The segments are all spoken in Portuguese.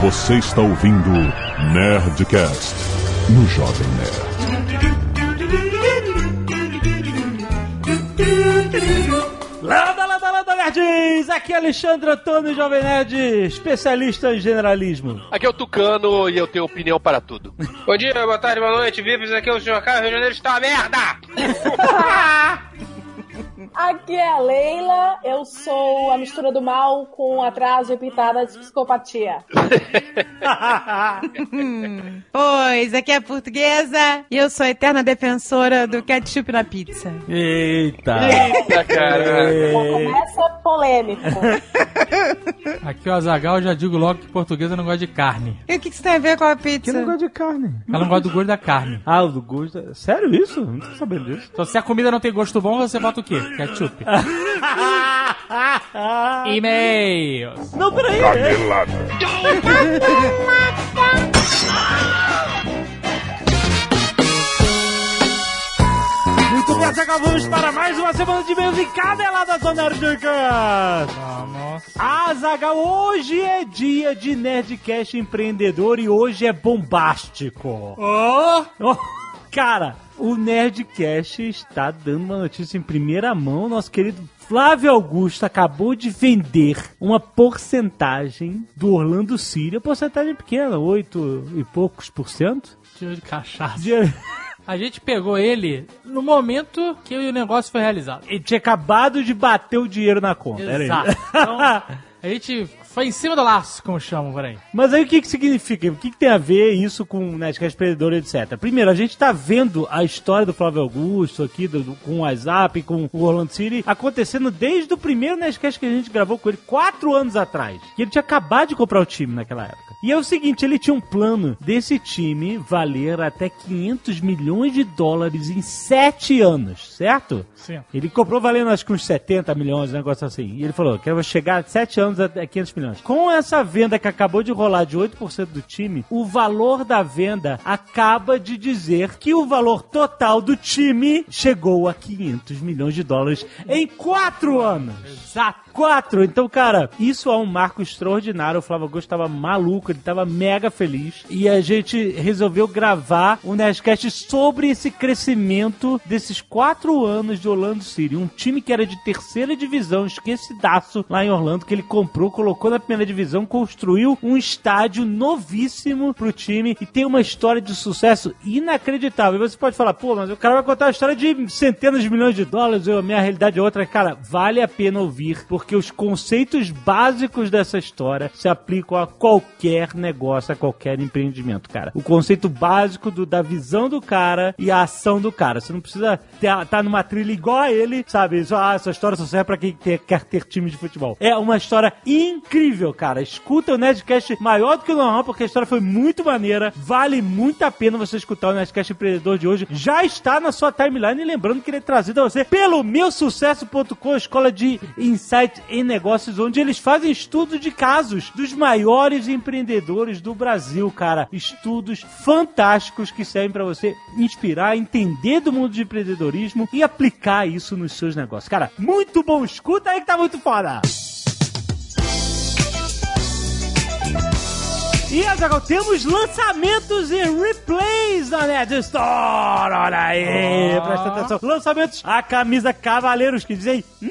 Você está ouvindo Nerdcast no Jovem Nerd. Landa, landa, landa, nerds! Aqui é Alexandre Antônio, Jovem Nerd, especialista em generalismo. Aqui é o Tucano e eu tenho opinião para tudo. Bom dia, boa tarde, boa noite, vivos. Aqui é o Sr. Carlos, Rio de Janeiro está uma merda! Aqui é a Leila, eu sou a mistura do mal com atraso e pitada de psicopatia. pois, aqui é a portuguesa e eu sou a eterna defensora do ketchup na pizza. Eita! Eita, caralho! Começa polêmico. Aqui o Azagal já digo logo que portuguesa não gosta de carne. E o que isso tem a ver com a pizza? Que não gosta É um de carne. Ela não gosta do gosto da carne. Ah, do gosto. Da... Sério isso? Não tô sabendo disso. Então, se a comida não tem gosto bom, você bota o quê? ketchup. E-mails. Não, peraí. Canelada. Muito bem, acabamos para mais uma semana de e-mails e caneladas onérgicas. Vamos. Ah, Zagal, hoje é dia de Nerdcast empreendedor e hoje é bombástico. Oh. Oh, cara, o Nerdcast está dando uma notícia em primeira mão. Nosso querido Flávio Augusto acabou de vender uma porcentagem do Orlando Síria, porcentagem pequena, 8 e poucos por cento. Tiro de cachaça. De- A gente pegou ele no momento que o negócio foi realizado. Ele tinha acabado de bater o dinheiro na conta. era isso. Exato. Então, a gente foi em cima do laço, como chamam por aí. Mas aí o que, que significa? O que, que tem a ver isso com Nerdcast Predador, etc? Primeiro, a gente tá vendo a história do Flávio Augusto aqui, do- do- com o WhatsApp, com o Orlando City, acontecendo desde o primeiro Nerdcast que a gente gravou com ele, quatro anos atrás. E ele tinha acabado de comprar o time naquela época. E é o seguinte, ele tinha um plano desse time valer até 500 milhões de dólares em sete anos, certo? Sim. Ele comprou valendo acho que uns 70 milhões, um negócio assim. E ele falou: quero chegar a 7 anos a 500 milhões. Com essa venda que acabou de rolar de 8% do time, o valor da venda acaba de dizer que o valor total do time chegou a 500 milhões de dólares em 4 anos. Exato. Quatro. Então, cara, isso é um marco extraordinário. O Flávio Augusto tava maluco, ele tava mega feliz. E a gente resolveu gravar um Nerdcast sobre esse crescimento desses quatro anos de Orlando City. Um time que era de terceira divisão, esquecidaço, lá em Orlando, que ele comprou, colocou na primeira divisão, construiu um estádio novíssimo pro time e tem uma história de sucesso inacreditável. E você pode falar, pô, mas o cara vai contar uma história de centenas de milhões de dólares, ou a minha realidade é outra. Cara, vale a pena ouvir, porque os conceitos básicos dessa história se aplicam a qualquer negócio, a qualquer empreendimento, cara. O conceito básico do- da visão do cara e a ação do cara. Você não precisa estar numa trilha igual a ele, sabe? Só, ah, essa história só serve pra quem ter- quer ter time de futebol. É uma história incrível, cara. Escuta o Nerdcast maior do que o normal, porque a história foi muito maneira. Vale muito a pena você escutar o Nerdcast Empreendedor de hoje. Já está na sua timeline. E lembrando que ele é trazido a você pelo meusucesso.com, escola de insights em negócios, onde eles fazem estudo de casos dos maiores empreendedores do Brasil, cara. Estudos fantásticos que servem para você inspirar, entender do mundo de empreendedorismo e aplicar isso nos seus negócios. Cara, muito bom. Escuta aí que tá muito foda. E agora temos lançamentos e replays na Nerd Store. Olha aí, presta atenção. Lançamentos, a camisa Cavaleiros que dizem. "Né?"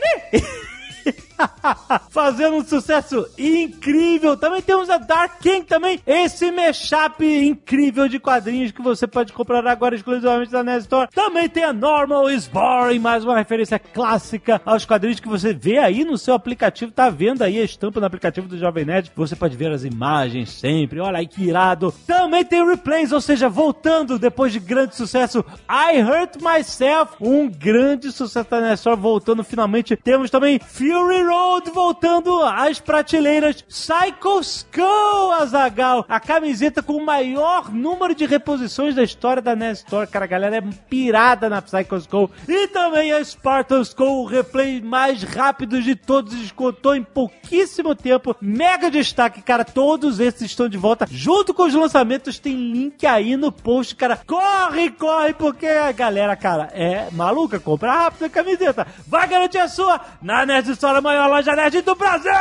Fazendo um sucesso incrível. Também temos a Dark King também. Esse mashup incrível de quadrinhos que você pode comprar agora exclusivamente na Nerd Store. Também tem a Normal is Boring, mais uma referência clássica aos quadrinhos que você vê aí no seu aplicativo. Tá vendo aí a estampa no aplicativo do Jovem Nerd. Você pode ver as imagens sempre. Olha aí que irado. Também tem replays, ou seja, voltando depois de grande sucesso. I Hurt Myself, um grande sucesso da Nerd Store voltando finalmente. Temos também Fury Road voltando às prateleiras. Psycho Skull, Azagal. A camiseta com o maior número de reposições da história da Nerd Store. Cara, a galera é pirada na Psycho Skull. E também a Spartan Skull, o replay mais rápido de todos. Esgotou em pouquíssimo tempo. Mega destaque, cara. Todos esses estão de volta. Junto com os lançamentos, tem link aí no post, cara. Corre, corre, porque a galera, cara, é maluca. Compra rápido a camiseta. Vai garantir a sua na Nerd Store, a maior loja nerd do Brasil!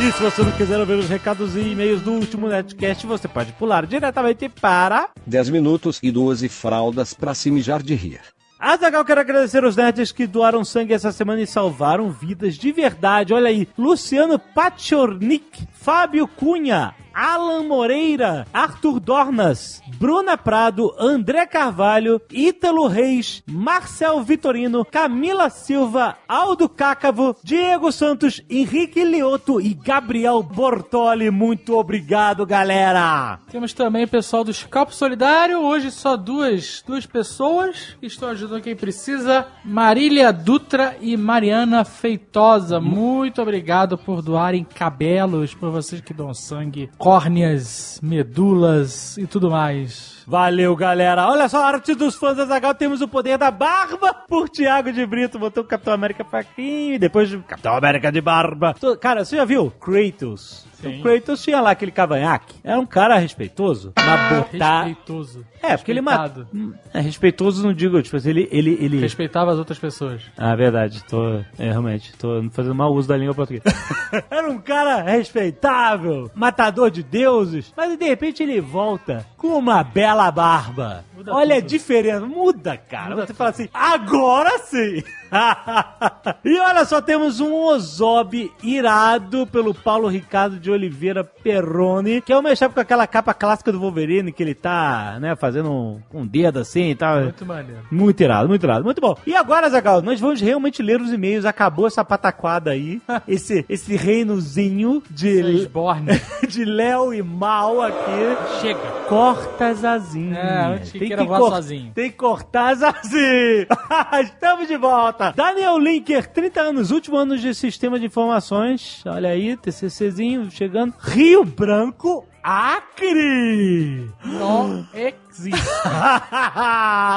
E se você não quiser ouvir os recados e e-mails do último Netcast, você pode pular diretamente para 10 minutos e 12 fraldas pra se mijar de rir. Azagal, quero agradecer os nerds que doaram sangue essa semana e salvaram vidas de verdade. Olha aí, Luciano Pachornik, Fábio Cunha, Alan Moreira, Arthur Dornas, Bruna Prado, André Carvalho, Ítalo Reis, Marcel Vitorino, Camila Silva, Aldo Cácavo, Diego Santos, Henrique Lioto e Gabriel Bortoli. Muito obrigado, galera! Temos também o pessoal do Scalpo Solidário. Hoje só duas, duas pessoas que estão ajudando quem precisa. Marília Dutra e Mariana Feitosa. Muito obrigado por doarem cabelos, por vocês que dão sangue, córneas, medulas e tudo mais. Valeu, galera. Olha só, a arte dos fãs da Zagal. Temos o poder da barba por Tiago de Brito. Botou o Capitão América fraquinho e depois o Capitão América de barba. Tô- Cara, você já viu? Kratos. O Kratos tinha lá aquele cavanhaque. Era um cara respeitoso. Mas botar. Respeitoso. É, porque ele Respeitado. mata. É, respeitoso, não digo, tipo, ele. ele, ele... Respeitava as outras pessoas. Ah, verdade, tô. É, realmente, tô fazendo mau uso da língua portuguesa. Era um cara respeitável, matador de deuses, mas de repente ele volta com uma bela barba. Muda Olha a tudo. diferença, muda, cara. Você fala assim, agora sim! e olha só, temos um Ozob irado pelo Paulo Ricardo de Oliveira Perrone, que é uma chapa com aquela capa clássica do Wolverine, que ele tá, né, fazendo um, um dedo assim e tal. Muito maneiro. Muito irado, muito irado, muito bom. E agora, Zagal, nós vamos realmente ler os e-mails. Acabou essa pataquada aí, esse, esse reinozinho de, Osborne. de Léo e Mal aqui. Chega. Corta as asinhas. É, antes que queira voar sozinho. Tem que cortar as asinhas. Estamos de volta. Daniel Linker, 30 anos, último ano de sistema de informações. Olha aí, TCCzinho chegando. Rio Branco, Acre. Não é existe.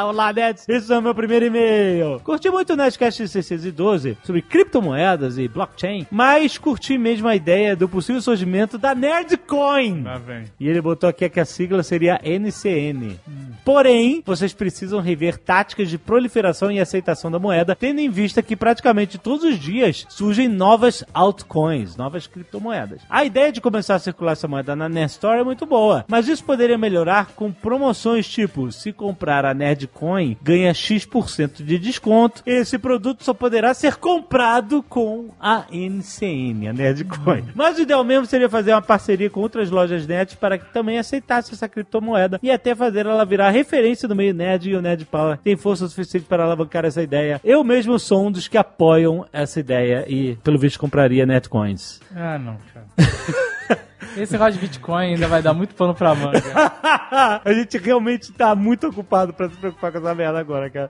Olá, Nets! Esse é o meu primeiro e-mail. Curti muito o Nerdcast 612 sobre criptomoedas e blockchain, mas curti mesmo a ideia do possível surgimento da Nerdcoin. vem. E ele botou aqui que a sigla seria NCN. Porém, vocês precisam rever táticas de proliferação e aceitação da moeda, tendo em vista que praticamente todos os dias surgem novas altcoins, novas criptomoedas. A ideia de começar a circular essa moeda na Nestor é muito boa, mas isso poderia melhorar com promoções tipo: se comprar a Nerdcoin, ganha X% de desconto. Esse produto só poderá ser comprado com a NCN, a Nerdcoin. Mas o ideal mesmo seria fazer uma parceria com outras lojas net para que também aceitasse essa criptomoeda e até fazer ela virar referência no meio nerd e o Nerd Power tem força suficiente para alavancar essa ideia. Eu mesmo sou um dos que apoiam essa ideia e, pelo visto, compraria Netcoins. Ah, não, cara. Esse negócio de Bitcoin ainda vai dar muito pano pra manga. a gente realmente tá muito ocupado pra se preocupar com essa merda agora, cara.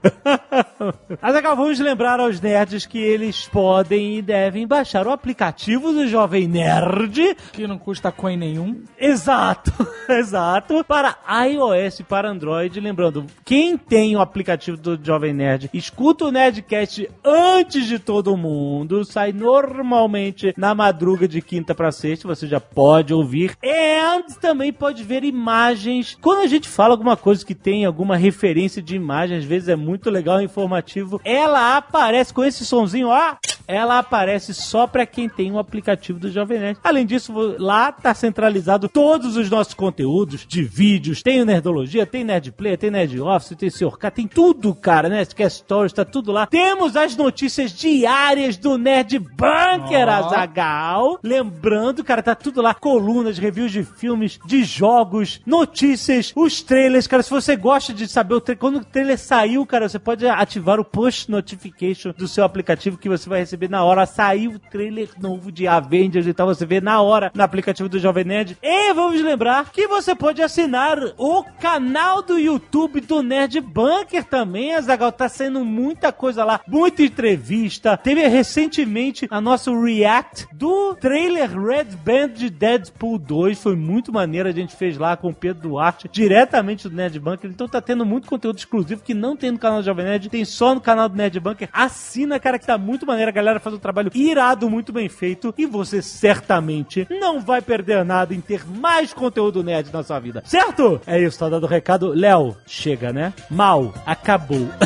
Mas agora vamos lembrar aos nerds que eles podem e devem baixar o aplicativo do Jovem Nerd. Que não custa coin nenhum. Exato, exato. Para iOS e para Android. Lembrando, quem tem o aplicativo do Jovem Nerd, escuta o Nerdcast antes de todo mundo. Sai normalmente na madruga de quinta pra sexta. Você já pode ouvir. E também pode ver imagens. Quando a gente fala alguma coisa que tem alguma referência de imagem, às vezes é muito legal, informativo. Ela aparece com esse sonzinho, ó ela aparece só pra quem tem o aplicativo do Jovem Nerd. Além disso, vo- lá tá centralizado todos os nossos conteúdos de vídeos. Tem o Nerdologia, tem Nerd Play, tem Nerd Office, tem Sr. K, tem tudo, cara, né? Esquece Stories, tá tudo lá. Temos as notícias diárias do Nerd Bunker, Ó. Azagal. Lembrando, cara, tá tudo lá. Colunas, reviews de filmes, de jogos, notícias, os trailers, cara. Se você gosta de saber o tra- quando o trailer saiu, cara, você pode ativar o push notification do seu aplicativo que você vai receber na hora. Saiu o trailer novo de Avengers e tal, você vê na hora no aplicativo do Jovem Nerd. E vamos lembrar que você pode assinar o canal do YouTube do Nerd Bunker também, Azagal. Tá saindo muita coisa lá, muita entrevista. Teve recentemente a nosso react do trailer Red Band de Deadpool 2. Foi muito maneiro, a gente fez lá com o Pedro Duarte, diretamente do Nerd Bunker. Então tá tendo muito conteúdo exclusivo que não tem no canal do Jovem Nerd, tem só no canal do Nerd Bunker. Assina, cara, que tá muito maneiro. A galera faz um trabalho irado, muito bem feito. E você certamente não vai perder nada em ter mais conteúdo nerd na sua vida. Certo? É isso, tá dado o recado. Léo, chega, né? Mal, acabou.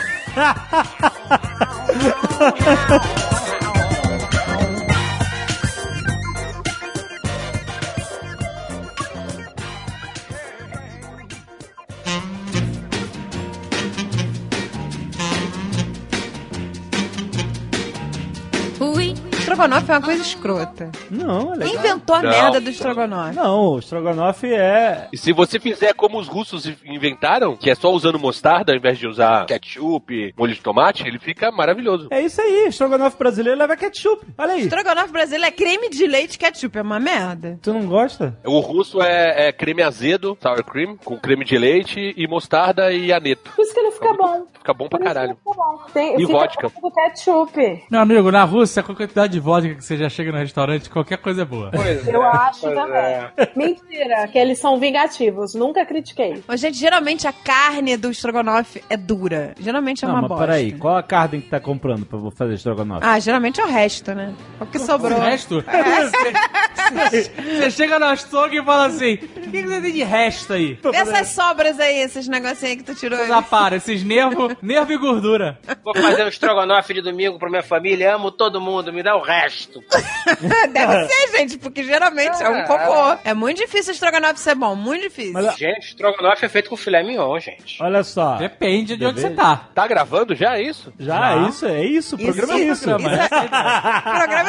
estrogonofe é uma coisa escrota. Não, é Quem legal. inventou a Não. merda do estrogonofe? Não, o estrogonofe é. E se você fizer como os russos inventaram, que é só usando mostarda ao invés de usar ketchup, molho de tomate, ele fica maravilhoso. É isso aí, estrogonofe brasileiro leva ketchup. Olha aí. Estrogonofe brasileiro é creme de leite e ketchup, é uma merda. Tu não gosta? O russo é, é creme azedo, sour cream, com creme de leite e mostarda e aneto. Por isso que ele fica bom. Fica bom pra Por isso que caralho. Fica bom. Tem, E fica vodka. bom com ketchup. Meu amigo, na Rússia, com a quantidade de vodka que você já chega no restaurante, qualquer coisa é boa. Pois Eu é, acho pois também. é. Mentira, que eles são vingativos. Nunca critiquei. Mas, gente, geralmente a carne do estrogonofe é dura. Geralmente é não, uma mas bosta. peraí, assim? qual a carne que tá comprando pra fazer estrogonofe? Ah, geralmente é o resto, né? É O que sobrou. O resto? É Você- Você chega no açougue e fala assim: o que que você tem de resto aí? é Essas sobras aí, esses negocinhos aí que tu tirou. Coisa para, esses nervos, nervo e gordura. Vou fazer um estrogonofe de domingo pra minha família. Amo todo mundo, me dá o resto. Deve ser, gente, porque geralmente é um cocô. É muito difícil o estrogonofe ser bom, muito difícil. Ah. Tá. Mas- Gente, estrogonofe é feito com filé mignon, gente. Olha só. Ah, É Depende de onde Deve- você tá. Tá gravando já isso? Já, Já? é isso, é isso, o programa é isso. O programa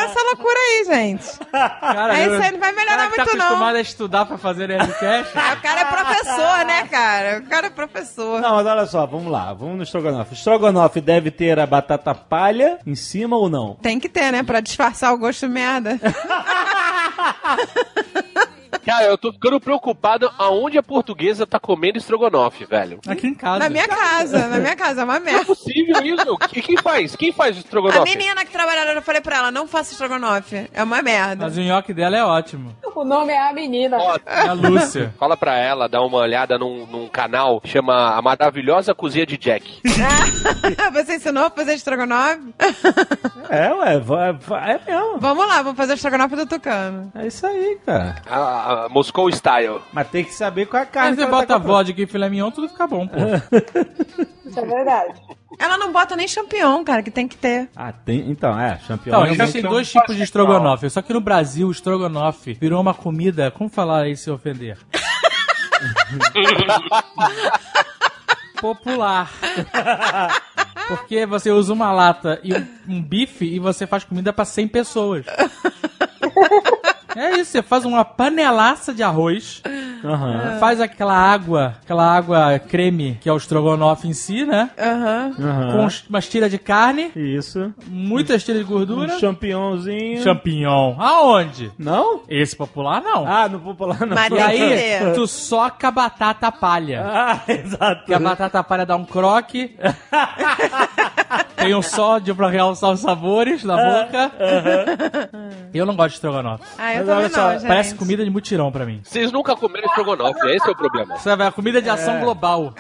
é essa loucura aí, gente. Cara, É eu- isso aí, não vai melhorar cara que muito, tá não. acostumado a estudar pra fazer Nerdcast. Ah, o cara é professor, né, cara? O cara é professor. Não, mas olha só, vamos lá, vamos no estrogonofe. Estrogonofe deve ter a batata palha em cima ou não? Tem que ter, né? Pra disfarçar o gosto merda. Cara, eu tô ficando preocupado aonde a portuguesa tá comendo estrogonofe, velho. Aqui em casa. Na minha casa, na minha casa, é uma Não é merda. possível isso. E quem faz? Quem faz A estrogonofe? menina que trabalhava, eu falei pra ela, não faça estrogonofe. É uma merda. Mas o nhoque dela é ótimo. O nome é a menina. Ó, É a Lúcia. Fala pra ela, dá uma olhada num, num canal, chama A Maravilhosa Cozinha de Jack. Você ensinou a fazer estrogonofe? É, ué, vai- vai- é mesmo. Vamos lá, vamos fazer o estrogonofe do Tucano. É isso aí, cara. A, a Moscow Style. Mas tem que saber qual é a Aí carne. você que ela tá bota comprando. vodka e filé mignon, tudo fica bom, pô. Isso é verdade. Ela não bota nem champignon, cara, que tem que ter. Ah, tem. Então, é, champião. Então, a gente tem dois tipos de estrogonofe. Só que no Brasil, o estrogonofe virou uma comida. Como falar aí se ofender? Popular. Porque você usa uma lata e um, um bife e você faz comida pra 100 pessoas. É isso, você faz uma panelaça de arroz, Aham. faz aquela água, aquela água creme, que é o estrogonofe em si, né? Aham. Com Aham. uns- umas tiras de carne, Isso. muitas tiras de gordura. Um champignonzinho. Champignon. Aonde? Não? Esse popular não. Ah, no popular não. Mas e tem que aí, ter. tu soca a batata palha. Ah, exato. Que É a batata palha dá um croque. Tem um sódio pra realçar os sabores na boca. Eu não gosto de estrogonofe. Ah, Mas eu também olha só, não, gente. Parece comida de mutirão pra mim. Vocês nunca comeram estrogonofe, esse é o problema. Isso é a comida de ação global.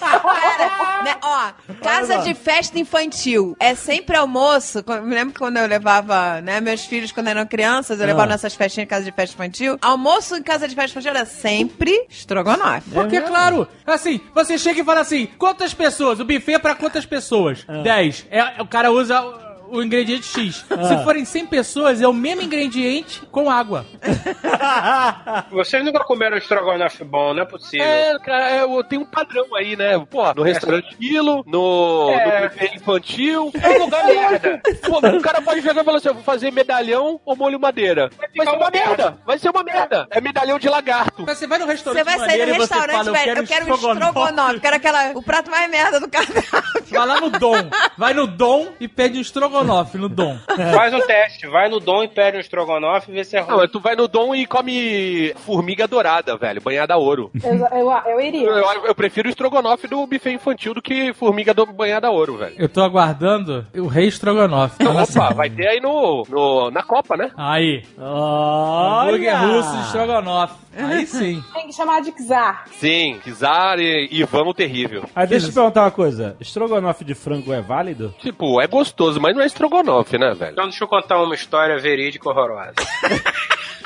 Cara, né, ó, casa de festa infantil é sempre almoço. Eu me lembro que quando eu levava, né, meus filhos quando eram crianças, eu levava nessas festinhas em casa de festa infantil. Almoço em casa de festa infantil era sempre estrogonofe. Porque, mesmo? claro, assim, você chega e fala assim: quantas pessoas? O buffet é pra quantas pessoas? 10. É, o cara usa o- o ingrediente X. Se forem 100 pessoas, é o mesmo ingrediente com água. Vocês nunca comeram estrogonofe bom, não é possível. É, cara, é, eu- tem um padrão aí, né? Pô, no restaurante quilo, no, É. no buffet infantil, é um lugar merda. Pô, o cara pode chegar e falar assim, eu vou fazer medalhão ou molho madeira. Vai, ficar ser uma uma merda. merda, vai ser uma merda. É medalhão de lagarto. Mas você vai no restaurante Você vai sair maneiro do e você restaurante, fala, velho, eu quero um estrogonofe. Eu quero aquela, o prato mais merda do cardápio. Vai lá no Dom. Vai no Dom e pede um estrogonofe no Dom. Faz um teste, vai no Dom e pede um estrogonofe e vê se é Não, ruim. é tu vai no Dom e come formiga dourada, velho, banhada a ouro. Eu, eu, eu iria. Eu, eu- eu prefiro o estrogonofe do buffet infantil do que formiga do, banhada a ouro, velho. Eu tô aguardando o rei estrogonofe. Olha só. Opa, vai ter aí no, no- na Copa, né? Aí. Olha. Hambúrguer russo de estrogonofe. Aí sim. Tem que chamar de Czar. Sim, Kizar e Ivan o Terrível. Aí deixa eu te perguntar uma coisa. Estrogonofe de frango é válido? Tipo, é gostoso, mas não é estrogonofe, né, velho? Então deixa eu contar uma história verídica horrorosa.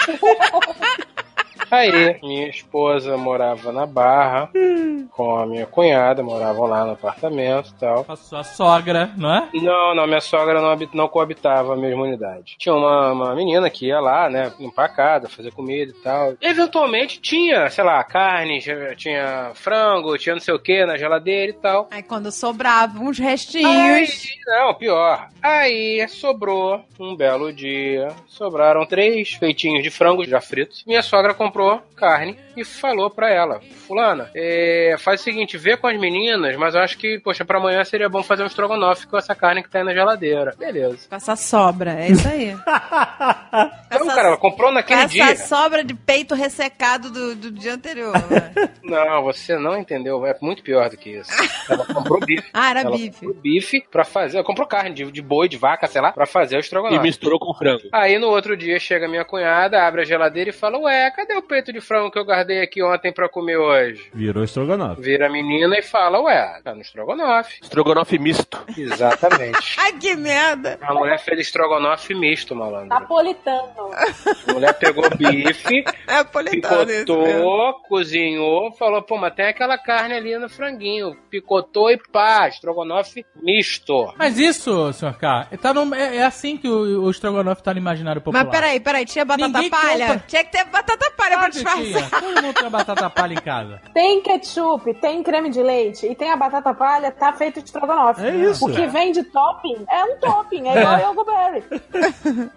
Aí, minha esposa morava na Barra com a minha cunhada, moravam lá no apartamento e tal. A sua sogra, não é? Não, não, minha sogra não, habit- não coabitava a mesma unidade. Tinha É. uma, uma menina que ia lá, né, limpar a casa, fazer comida e tal. Eventualmente tinha, sei lá, carne, já- tinha frango, tinha não sei o que na geladeira e tal. Aí quando sobrava uns Aí, restinhos. não, pior. Aí sobrou um belo dia. Sobraram três peitinhos de frango já fritos. Minha sogra comprou carne e falou pra ela: Fulana, é, faz o seguinte, vê com as meninas, mas eu acho que, poxa, pra amanhã seria bom fazer um estrogonofe com essa carne que tá aí na geladeira. Beleza. Com essa sobra, é isso aí. Então, Essa- cara, ela comprou com naquele dia. essa sobra de peito ressecado do, do dia anterior. né? Não, você não entendeu. É muito pior do que isso. Ela comprou bife. Ah, era Ela bife. comprou bife pra fazer. Ela comprou carne de, de boi, de vaca, sei lá, pra fazer o estrogonofe. E misturou com frango. Aí no outro dia chega minha cunhada, abre a geladeira e fala: Ué, cadê o peito de frango que eu guardei aqui ontem pra comer hoje? Virou estrogonofe. Vira a menina e fala: Ué, tá no estrogonofe. Estrogonofe misto. Exatamente. Ai, que merda! A mulher fez estrogonofe misto, Tá malandro. Napolitano. A mulher pegou bife, Tá É apolitano isso. mesmo. picotou, cozinhou, falou: Pô, mas tem aquela carne ali no franguinho. Picotou e pá, estrogonofe misto. Mas isso, senhor K, tá no- é, é assim que o, o estrogonofe tá no imaginário popular. Mas peraí, peraí, tinha batata Ninguém palha? compra. Tinha que ter batata palha pra Sabe, disfarçar. tia? Todo mundo tem batata palha em casa. Tem ketchup, tem creme de leite e tem a batata palha, tá feito de estrogonofe. É isso. O que vem de topping é um topping, é igual ao berry.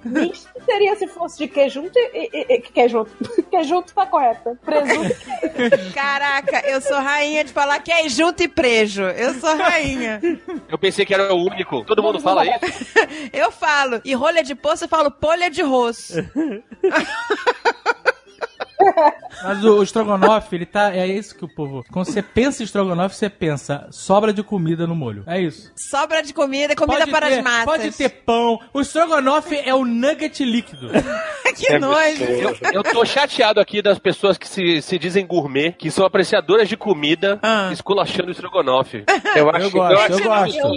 Misto seria se fosse de queijo e, e, e queijo. Queijo tá correta. Presunto e queijo. Caraca, eu sou rainha de falar que é junto e prejo. Eu sou rainha. Eu pensei que era o único. Todo mundo fala isso. Eu falo. E rolha de poço, eu falo polha de rosto. Mas o, o estrogonofe, ele tá. É isso que o povo. Quando você pensa em estrogonofe, você pensa sobra de comida no molho. É isso. Sobra de comida, comida Pode para ter- as massas. Pode ter pão. O estrogonofe é o nugget líquido. que nojo. Eu, eu tô chateado aqui das pessoas que se, se dizem gourmet, que são apreciadoras de comida, Ah. esculachando o estrogonofe. Eu acho gosto, eu acho eu gosto. absurdo,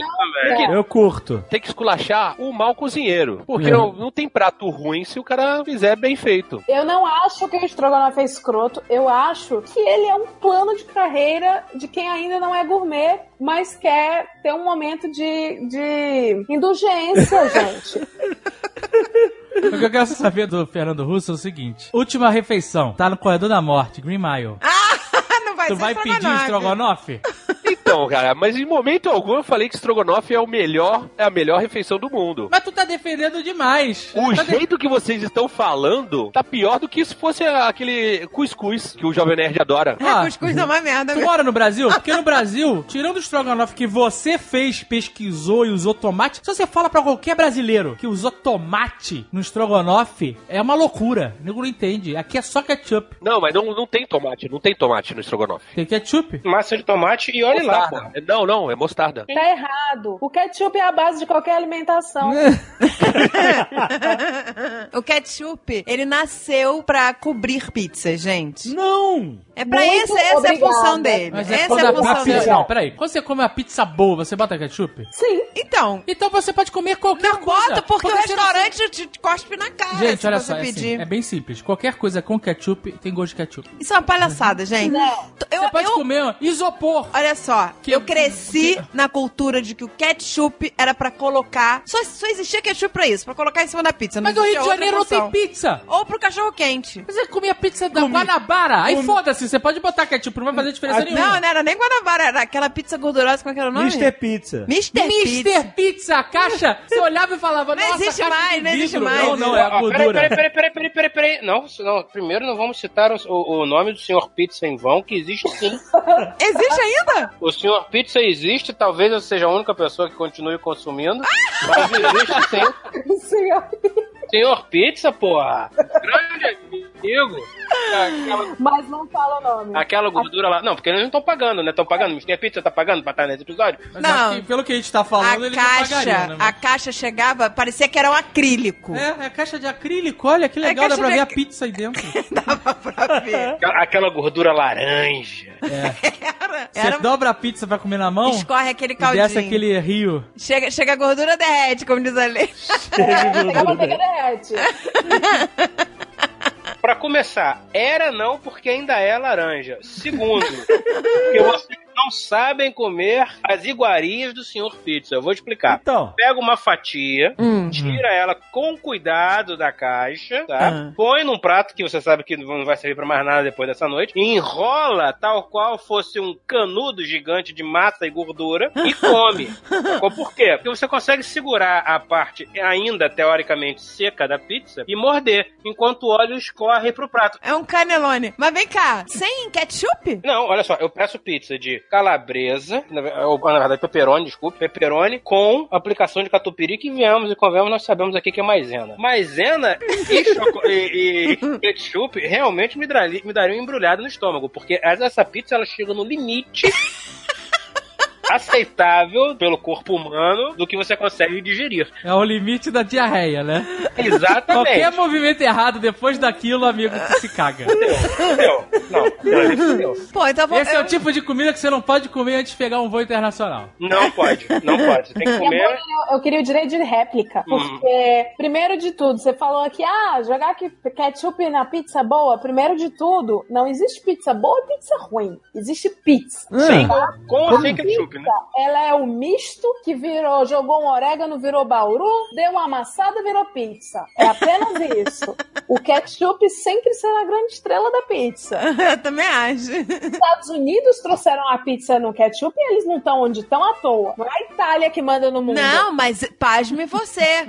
velho. Eu curto. Tem que esculachar o mau cozinheiro. Porque É. não, não tem prato ruim se o cara fizer bem feito. Eu não acho que o estrogonofe é escroto, eu acho que ele é um plano de carreira de quem ainda não é gourmet, mas quer ter um momento de, de indulgência, gente. o que eu quero saber do Fernando Russo é o seguinte: Última refeição, tá no corredor da morte, Green Mile. Não vai tu ser vai pedir estrogonofe? Então, cara, mas em momento algum eu falei que estrogonofe é o melhor, é a melhor refeição do mundo. Mas tu tá defendendo demais. O Tá de- jeito que vocês estão falando tá pior do que se fosse aquele cuscuz que o Jovem Nerd adora. Ah, É, cuscuz é uma merda. Tu mora no Brasil? Porque no Brasil, tirando o estrogonofe que você fez, pesquisou e usou tomate, se você fala pra qualquer brasileiro que usou tomate no estrogonofe, é uma loucura. O nego não entende. Aqui é só ketchup. Não, mas não, não tem tomate, não tem tomate no estrogonofe. Tem ketchup? Massa de tomate e olha lá, pô. Mostarda. Não, não, é mostarda. Tá errado. O ketchup é a base de qualquer alimentação. O ketchup, ele nasceu pra cobrir pizza, gente. Não! É pra Muito isso, essa é a obrigada. função dele. Mas é essa quando é a a, função a pizza. dele. Não, peraí. Quando você come uma pizza boa, você bota ketchup? Sim. Então, Então você pode comer qualquer não coisa. bota porque o você não- restaurante te te cospe na cara Gente, se olha você só, é, assim, pedir. é bem simples. Qualquer coisa com ketchup tem gosto de ketchup. Isso é uma palhaçada, gente. Não. Eu, você pode eu- comer isopor. Olha só, Que- eu cresci na cultura de que o ketchup era pra colocar. Só, só existia ketchup pra isso, pra colocar em cima da pizza. Mas no Rio de Janeiro não tem pizza. pizza. Ou pro cachorro quente. Mas você comia pizza da Guanabara. Aí foda-se, você pode botar ketchup, não vai fazer diferença nenhuma. Não, não era nem Guanabara, era aquela pizza gordurosa, como é que era o nome? Mr. Pizza. Mr. Pizza. Mr. Pizza, a caixa, você olhava e falava, Não nossa, existe caixa de mais, não vidro. existe mais. Não, não, é a Ó, peraí, peraí, gordura. peraí, peraí, peraí, peraí, peraí. Não, não, primeiro não vamos citar o, o- o nome do Sr. Pizza em vão, que existe sim. Existe ainda? O Sr. Pizza existe, talvez eu seja a única pessoa que continue consumindo, mas existe sim. Senhor. Sr. Pizza, porra! Grande amigo! Aquela, Mas não fala o nome. aquela gordura lá. Não, porque eles não estão pagando, né? Estão pagando. Mr. Pizza tá pagando pra estar nesse episódio? Mas Não. aqui, pelo que a gente tá falando, a ele caixa, não pagaria, né? a caixa chegava, parecia que era um acrílico. É, é a caixa de acrílico, olha, que legal, dá É caixa pra de ver a acrí- pizza aí dentro. Dava pra É. ver. Aquela, aquela gordura laranja. Era, Você era um dobra a pizza pra comer na mão, escorre aquele e caldinho. desce aquele rio. Chega, chega a gordura derrete, como diz a lei. Chega a manteiga derrete. pra começar, era não porque ainda é laranja. Segundo, porque vocês não sabem comer as iguarias do Sr. Pizza. Eu vou explicar. Então, Pega uma fatia, Hum. tira ela com cuidado da caixa, tá? Ah. Põe num prato que você sabe que não vai servir pra mais nada depois dessa noite, e enrola tal qual fosse um canudo gigante de massa e gordura e come. Sacou? Por quê? Porque você consegue segurar a parte ainda teoricamente seca da pizza e morder, enquanto o óleo escorre pro prato. É um canelone. Mas vem cá, sem ketchup? Não, olha só, eu peço pizza de calabresa, na, ve- ou, na verdade, pepperoni, desculpa, pepperoni, com aplicação de catupiry que viemos e convemos, nós sabemos aqui que é maisena. Maisena e, choco- e- e ketchup realmente me, drali- me daria um embrulhado no estômago, porque as- essa pizza ela chega no limite. aceitável pelo corpo humano do que você consegue digerir. É o limite da diarreia, né? Qualquer Exatamente. movimento errado depois daquilo, amigo, tu se caga. Fudeu. Não, não, fudeu. Pô, então vou. Esse é eu- o tipo de comida que você não pode comer antes de pegar um voo internacional. não pode, não pode. Você tem que E agora comer. eu, eu queria o direito de réplica, porque, primeiro de tudo, você falou aqui, ah, jogar que- ketchup na pizza boa, primeiro de tudo, não existe pizza boa e pizza ruim. Existe pizza. Sem, com ou sem ketchup, né? Ela é o misto que virou, jogou um orégano, virou bauru, deu uma amassada, virou pizza. É apenas isso. O ketchup sempre será a grande estrela da pizza. eu também acho. Os Estados Unidos trouxeram a pizza no ketchup e eles não estão onde estão à toa. Não é a Itália que manda no mundo. Não, mas pasme você.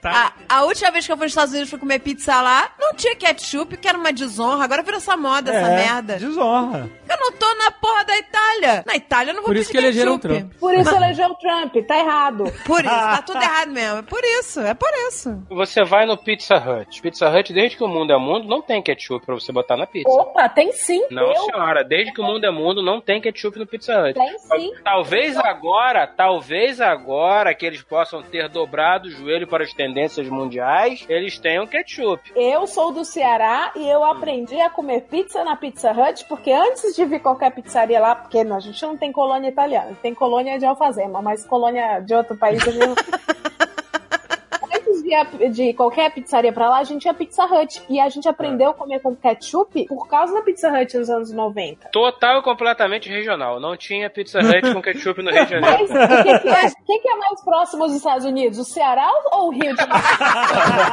tá. A, a última vez que eu fui nos Estados Unidos fui comer pizza lá, não tinha ketchup, que era uma desonra. Agora virou essa moda, essa é, merda. Desonra. Eu não tô na porra da Itália. Na Itália eu não vou Por pedir isso que elegeram ketchup. o Trump. Por isso elegeu o Trump, tá errado. Por isso, tá tudo errado mesmo. É por isso, é por isso. Você vai no Pizza Hut. Pizza Hut, desde que o mundo é mundo, não tem ketchup pra você botar na pizza. Opa, tem sim. Não, eu senhora, desde que o mundo é mundo, não tem ketchup no Pizza Hut. tem sim. Talvez agora, talvez agora que eles possam ter dobrado o joelho para as tendências mundiais, eles tenham ketchup. Eu sou do Ceará e eu aprendi a comer pizza na Pizza Hut, porque antes de vir qualquer pizzaria lá, porque não, a gente não tem colônia italiana, tem colônia de alfazema, mas colônia de outro país eu não... Antes de, ir a- de qualquer pizzaria pra lá, a gente ia Pizza Hut. E a gente aprendeu a comer com ketchup por causa da Pizza Hut nos anos 90. Total e completamente regional. Não tinha Pizza Hut com ketchup no Rio de Mas Janeiro. o que, que é, o que que é mais próximo dos Estados Unidos? O Ceará ou o Rio de Janeiro?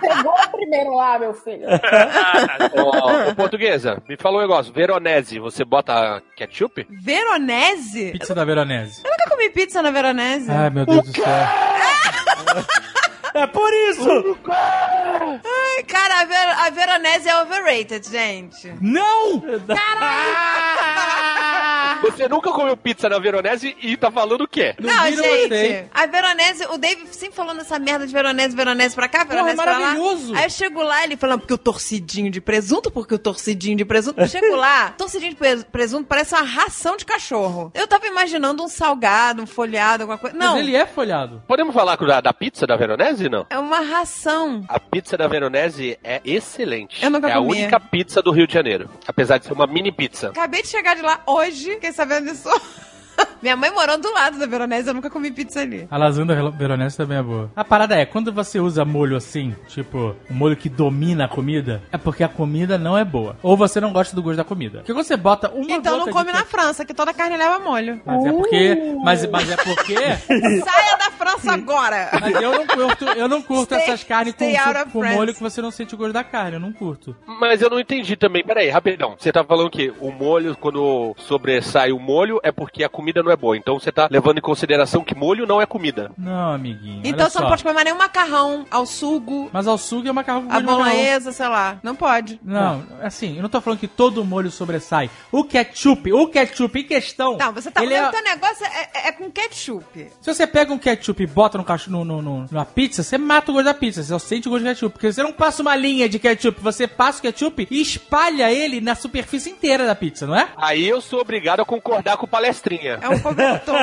Pegou primeiro lá, meu filho. Ô, ô, portuguesa, me fala um negócio. Veronese, você bota ketchup? Veronese? Pizza da Veronese. Eu nunca comi pizza na Veronese. Ai, meu Deus do céu. É por isso! Ai, Cara, a, Ver- a Veronese é overrated, gente. Não! Você nunca comeu pizza na Veronese e tá falando o quê? Não, viram, gostei. a Veronese, o Dave sempre falando essa merda de Veronese, Veronese pra cá, Porra, é Veronese pra lá. maravilhoso. Aí eu chego lá, ele falando, porque o torcidinho de presunto, porque o torcidinho de presunto. Eu chego lá, torcidinho de pres- presunto parece uma ração de cachorro. Eu tava imaginando um salgado, um folhado, alguma coisa. Não, Mas ele é folhado. Podemos falar da, da pizza da Veronese, não? é uma ração. A pizza da Veronese é excelente. Eu nunca é comi. a única pizza do Rio de Janeiro. Apesar de ser uma mini pizza. Acabei de chegar de lá hoje, fiquei sabendo disso. Minha mãe morando do lado da Veronese, eu nunca comi pizza ali. A lasanha da Velo- Veronese também é boa. A parada é, quando você usa molho assim, tipo, um molho que domina a comida, é porque a comida não é boa. Ou você não gosta do gosto da comida. Porque quando você bota uma Então gota não de come na Uh. ketchup- França, que toda carne leva molho. Mas é porque... Mas, mas é porque... Saia da França agora! Mas eu não curto, eu não curto Stay- essas carnes com, stay out of com France. molho que você não sente o gosto da carne. Eu não curto. Mas eu não entendi também. Peraí, rapidão. Você tá falando que o molho, quando sobressai o molho, é porque a comida não é boa. Então você tá levando em consideração que molho não é comida. Não, amiguinho. Então olha você não só. pode comer mais nenhum macarrão ao sugo, Mas ao sugo é macarrão com a molho de macarrão. bolonhesa, sei lá. Não pode. Não, assim, eu não tô falando que todo molho sobressai. O ketchup, o ketchup em questão. Não, você tá ele comendo é- o teu negócio é, é- é com ketchup. Se você pega um ketchup e bota no cacho, no, no, no- numa pizza, você mata o gosto da pizza, você só sente o gosto de ketchup. Porque você não passa uma linha de ketchup, você passa o ketchup e espalha ele na superfície inteira da pizza, não é? Aí eu sou obrigado a concordar com o palestrinha. É um cobertor.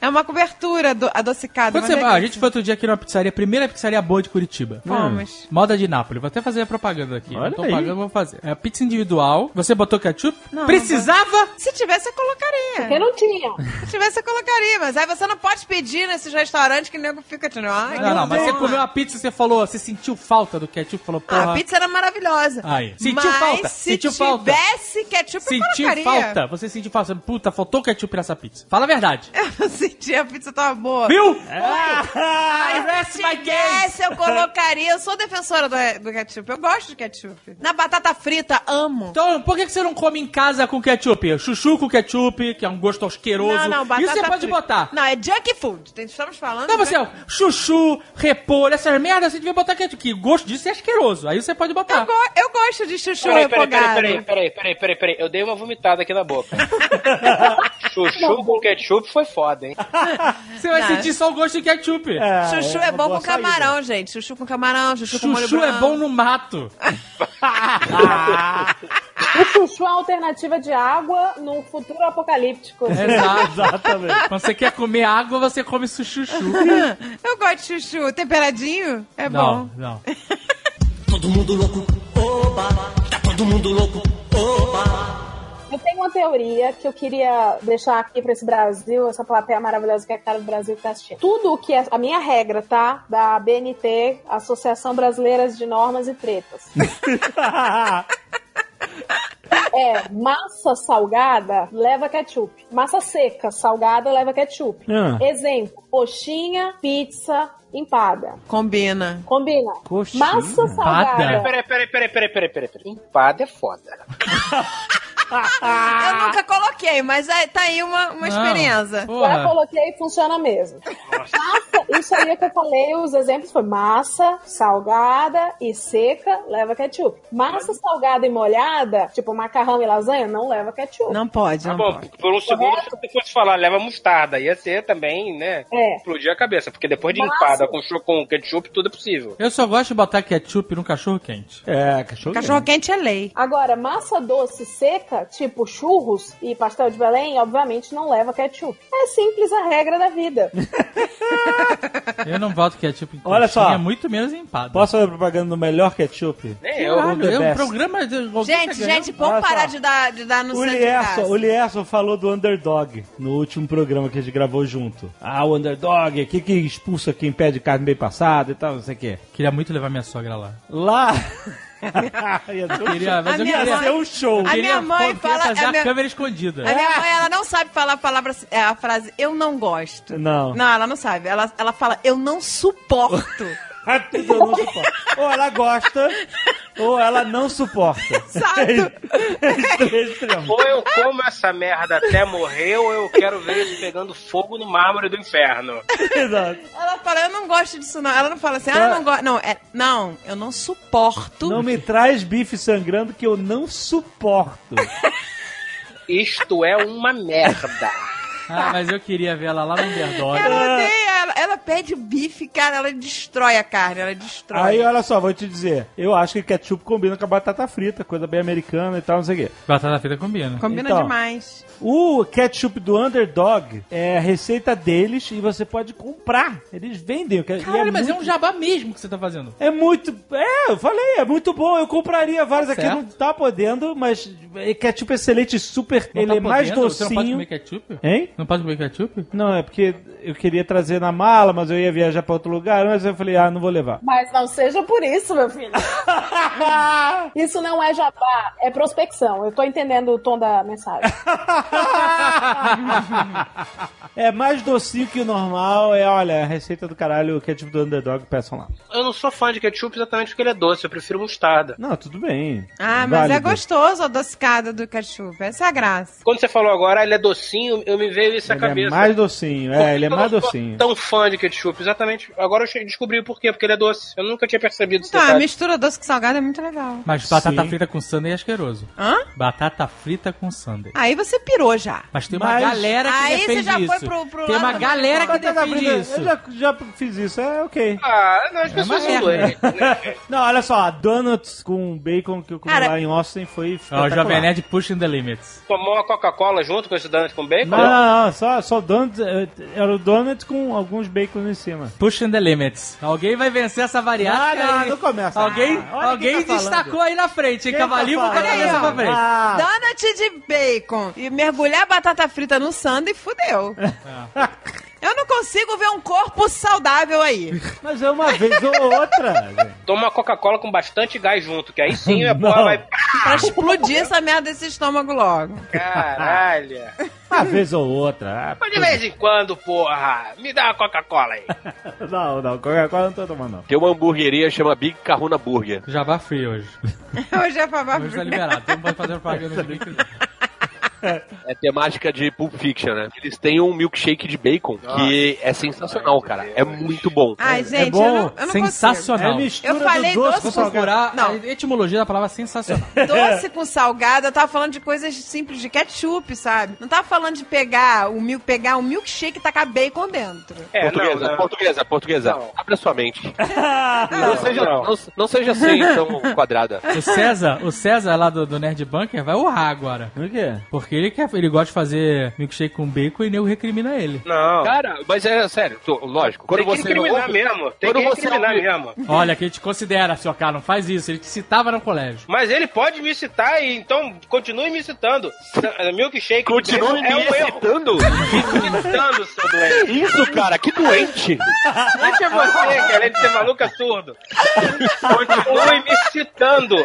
é uma cobertura ado- adocicada. Quando é uma você- ah, a delícia. gente foi outro dia aqui numa pizzaria, primeira pizzaria boa de Curitiba. Vamos. Moda de Nápoles. Vou até fazer a propaganda aqui. Olha não tô aí. pagando, vou fazer. É pizza individual. Você botou ketchup? Não, Precisava? Se tivesse, eu colocaria. Porque não tinha. Se tivesse, eu colocaria. Mas aí você não pode pedir nesses restaurantes que o nego fica tirando. Ai, Não, não, mas você bom. comeu a pizza e você falou, você sentiu falta do ketchup, falou, porra. Ah, a pizza era maravilhosa. Aí. Sentiu mas falta, Se sentiu falta. tivesse ketchup, eu Sentiu colocaria. falta? Você sentiu falta? Você, Puta, faltou ketchup nessa pizza. Fala a verdade. Eu senti, a pizza tava boa. Viu? Mas I se rest my case. tivesse, eu colocaria. Eu sou defensora do, do ketchup. Eu gosto de ketchup. Na batata frita, amo. Então, por que que você não come em casa com ketchup? Chuchu com ketchup, que é um gosto asqueroso. Não, não, batata Isso você pode frita. botar. Não, é junk food. Tem- Estamos falando. Não, de você, ó, chuchu, repolho, essas merdas, você devia botar ketchup. Que gosto disso é asqueroso. Aí você pode Eu, botar. go- eu gosto de chuchu Peraí, peraí, refogado. peraí, peraí, peraí, peraí, peraí, peraí. Eu dei uma vomitada aqui na boca. Chuchu com ketchup foi foda, hein? Você vai Não. sentir só o gosto de ketchup. Chuchu é, bom com camarão, gente. Chuchu com camarão, chuchu, com molho Chuchu é branco. bom no mato. Ah. O chuchu é uma alternativa de água num futuro apocalíptico. É. Exato. Exatamente. Quando você quer comer água, você come su- chuchu. Eu gosto de chuchu. Temperadinho é Não, bom. não. Eu tenho uma teoria que eu queria deixar aqui pra esse Brasil, essa plateia maravilhosa que é a cara do Brasil que tá assistindo. Tudo o que é. A minha regra, tá? Da BNT, Associação Brasileira de Normas e Tretas. É, massa salgada leva ketchup. Massa seca, salgada leva ketchup. Ah. Exemplo: coxinha, pizza, empada. Combina. Combina. Coxinha, Massa salgada. empada? Peraí, peraí, peraí, peraí, peraí, peraí, peraí. Empada é foda. Eu nunca coloquei, mas aí, tá aí uma, uma Ah. Não. experiência. Agora eu Porra. coloquei e funciona mesmo. Massa, isso aí é que eu falei, os exemplos foi massa, salgada e seca, leva ketchup. Massa salgada e molhada, tipo macarrão e lasanha, não leva ketchup. Não pode, Tá não bom, pode. por um segundo se você fosse falar, leva mostarda. Ia ser também, né? É. Explodir a cabeça, porque depois de Massa. empada com, chu- com ketchup, tudo é possível. Eu só gosto de botar ketchup num cachorro quente. É, cachorro. Cachorro quente é lei. Agora, massa doce seca, tipo churros e pastel de Belém, obviamente não leva ketchup. É simples a regra da vida. Eu não boto ketchup em Olha só. coxinha, muito menos em empada. Posso fazer propaganda do melhor ketchup? Nem eu. Caralho, The é um best. programa de... alguém Gente, tá ganhando? gente, vamos Olha só. parar de dar, de dar no O centro de casa. Lierson, o Lierson falou do Underdog no último programa que a gente gravou junto. Ah, o Underdog, o que que expulsa quem pede carne bem passada e tal, não sei o quê. Queria muito levar minha sogra lá. Lá... ia ser um Queria, mas A eu minha queria... show. Ia ser um show. A minha mãe pô, queria fala- fazer a a, minha- câmera escondida. A minha mãe, ela não sabe falar a palavra, é, a frase eu não gosto. Não. Não, ela não sabe. Ela, ela fala eu não suporto. Rápido, eu não suporto. Ou ela gosta, ou ela não suporta. Exato. É extremo. Ou eu como essa merda até morrer, ou eu quero ver isso pegando fogo no mármore do inferno. Exato. Ela fala eu não gosto disso não. Ela não fala assim, ah, eu não gosto. Não, é, não, eu não suporto. Não me traz bife sangrando que eu não suporto. Isto é uma merda. Ah, mas eu queria ver ela lá no Underdog. Ela odeia, ela, ela pede o bife, cara, ela destrói a carne, ela destrói. Aí, olha só, vou te dizer. Eu acho que ketchup combina com a batata frita, coisa bem americana e tal, não sei o quê. Batata frita tá combina. Combina Então. demais. O ketchup do Underdog é a receita deles e você pode comprar. Eles vendem. o que- e Caralho, é mas é muito- um jabá mesmo que você tá fazendo. É muito. É, eu falei, é muito bom. Eu compraria vários Tá aqui, certo. não tá podendo, mas é ketchup é excelente, super. Não ele tá é mais podendo? Você não pode docinho. comer ketchup? Hein? Não pode comer ketchup? Não, é porque eu queria trazer na mala, mas eu ia viajar pra outro lugar, mas eu falei, ah, não vou levar. Mas não seja por isso, meu filho. Isso não é jabá, é prospecção. Eu tô entendendo o tom da mensagem. É mais docinho que o normal. É, olha, a receita do caralho, que é tipo do underdog, peçam lá. Eu não sou fã de ketchup exatamente porque ele é doce, eu prefiro mostarda. Não, tudo bem. Ah, mas é Válido. gostoso a adocicada do ketchup. Essa é a graça. Quando você falou agora, ah, ele é docinho, eu me veio isso à Ele cabeça. é mais docinho, Por que é, ele é eu mais não sou docinho. tão fã de ketchup, exatamente. Agora eu che- descobri o porquê, porque ele é doce. Eu nunca tinha percebido esse Então, a tá- detalhe. mistura doce com salgado é muito legal. Mas batata Sim. frita com sundae é asqueroso. Hã? Batata frita com sundae. Aí você pirou já. Mas tem uma Mas- galera que Aí você defende já foi isso. pro- pro tem uma lado- galera que Batata defende frita, isso. Eu já, já fiz isso, é ok. Ah, não, as É pessoas são doentes. né? Não, olha só, a donuts com bacon que eu comi Cara- lá em Austin foi Ó, o Jovem espetacular. Nerd pushing the limits. Tomou uma Coca-Cola junto com esse donut com bacon? Não, não, não, só, só donuts, eh, era o donuts com alguns bacons em cima. Pushing the limits. Alguém vai vencer essa variável. Ah, não, não começa. Alguém, Ah, olha quem alguém tá falando. destacou aí na frente, Quem hein? tá Cavalinho com falando? cabeça pra frente. Ah, Donut de bacon e mergulhar a batata frita no sundae, fudeu. É. Eu não consigo ver um corpo saudável aí. mas é uma vez ou outra. gente. Toma uma Coca-Cola com bastante gás junto, que aí sim a Não. porra vai... Pra explodir essa merda desse estômago logo. Caralho. uma vez ou outra. Ah, Mas de vez em quando, porra. Me dá uma Coca-Cola aí. não, não, Coca-Cola não tô tomando, não. Tem uma hamburgueria chama Big Caruna Burger. Jabá frio hoje. Hoje é pra Hoje tá liberado. Não pode fazer propaganda de link. É temática de Pulp Fiction, né? Eles têm um milkshake de bacon que é sensacional, cara. É muito bom. Ai, gente, bom, eu não, É eu não Sensacional. mistura Eu falei do doce doce com Vou salgado. procurar Não. a etimologia da palavra sensacional. consigo. Doce com salgado, eu tava falando de coisas simples, de ketchup, sabe? Não tava falando de pegar o milk, pegar um milkshake e tacar bacon dentro. É, portuguesa, não, não. portuguesa, portuguesa. Não. Abra sua mente. não, seja, não. não. não seja assim tão quadrada. O César, o César lá do, do Nerd Bunker vai urrar agora. O quê? Porque ele, quer, ele gosta de fazer milkshake com bacon e nego recrimina ele. Não. Cara, mas é sério, tô- lógico. Quando Tem que você incriminar ouve- mesmo. Tem que quando você incriminar ouve- mesmo. Olha, que a gente considera, seu cara, não faz isso. Ele te citava no colégio. Mas ele pode me citar, e então continue me citando. S- Milkshake Continue é me um erro. excitando. Fique me citando, seu doente. Que Isso, cara, que doente. Deixa você, cara, ele ser maluco é surdo. Continue me citando.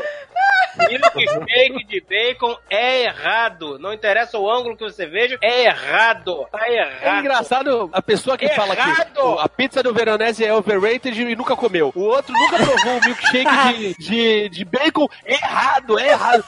Milkshake de bacon é errado. Não interessa o ângulo que você veja, é errado. Tá É errado. engraçado a pessoa que fala Errado. que o- a pizza do Veronese é overrated e nunca comeu. O outro nunca provou um milkshake de, de, de bacon. Errado, é errado.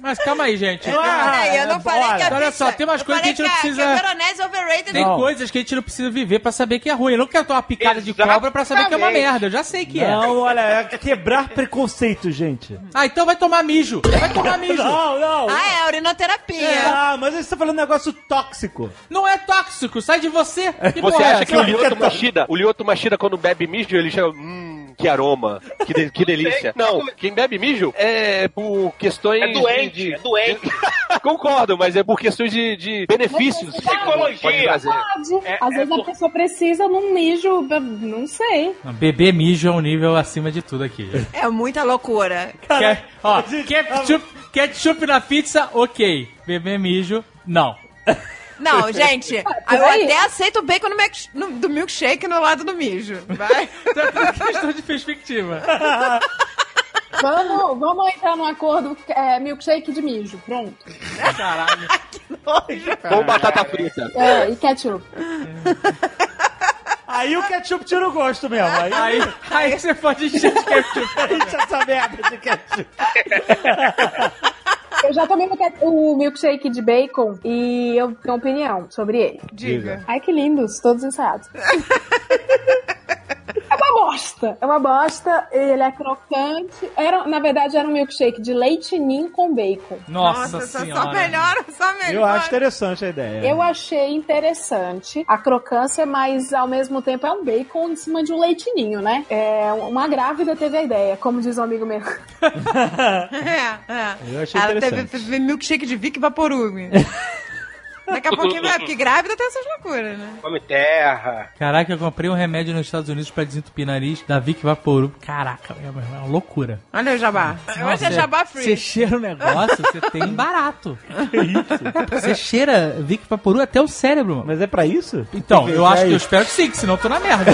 Mas calma aí, gente. Ah, Peraí, É, eu não é falei que é a Ah, é, Olha pizza- só, tem umas eu coisas que a falei gente não Que a precisa- veronese é overrated. Tem Não. coisas que a gente não precisa viver pra saber que é ruim. Eu não quero tomar uma picada de Exatamente. cobra pra saber que é uma merda. Eu já sei que é. Não, olha, é quebrar preconceito, gente. Ah, então vai tomar mijo. Vai tomar mijo. Não, não. Ah, é, urinoterapia. É, ah, mas aí você tá falando um negócio tóxico. Não é tóxico, sai de você. Que Você porra é acha essa? que o Lioto Machida, o Lioto Machida quando bebe mijo, ele chama, hum, que aroma, que, de- que delícia. Não, quem bebe mijo é por questões... É doente, é doente. de- Concordo, mas é por questões de, de benefícios. Psicologia. Pode trazer. Pode. É- Às é vezes por- a pessoa precisa num mijo, eu não sei. Não, Beber mijo é um nível acima de tudo aqui. É muita loucura. Quer, ó, a gente- ketchup, ketchup na pizza, ok. Beber mijo, não. Não, É, gente, por eu aí. até aceito o bacon no milk- no- do milkshake no lado do mijo. Vai. Então é tudo questão de perspectiva. Vamos, vamos entrar num acordo é, milkshake de mijo, pronto. Caralho. Com batata frita. É, e ketchup. Aí o ketchup tira o gosto mesmo. Aí, Aí, aí você pode encher de ketchup. aí tira essa merda de ketchup. Eu já tomei o ket- o milkshake de bacon e eu tenho opinião sobre ele. Diga. Ai, que lindos, todos ensaiados. É uma bosta. É uma bosta, ele é crocante. Era, na verdade, era um milkshake de leite ninho com bacon. Nossa, é só, senhora. só melhora, só melhora. Eu acho interessante a ideia. Eu achei interessante a crocância, mas ao mesmo tempo é um bacon em cima de um leitinho, né? É, uma grávida teve a ideia, como diz um amigo meu. É, é. Eu achei Ela teve, interessante. teve milkshake de Vic Vaporume. Daqui a pouquinho vai, porque grávida tem essas loucuras, né? Come terra. Caraca, eu comprei um remédio nos Estados Unidos pra desentupir nariz da Vic Vaporub. Caraca, é uma é uma loucura. Olha o jabá. Eu acho que é jabá Você free. cheira o negócio, você tem barato. Você cheira Vic Vaporub até o cérebro, mano. Mas é pra isso? Então, é eu acho que eu Aí. espero que sim, que senão eu tô na merda.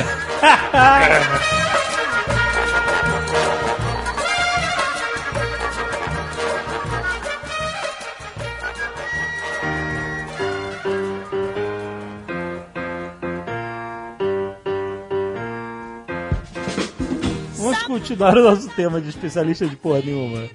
Vamos continuar o nosso tema de especialista de porra nenhuma.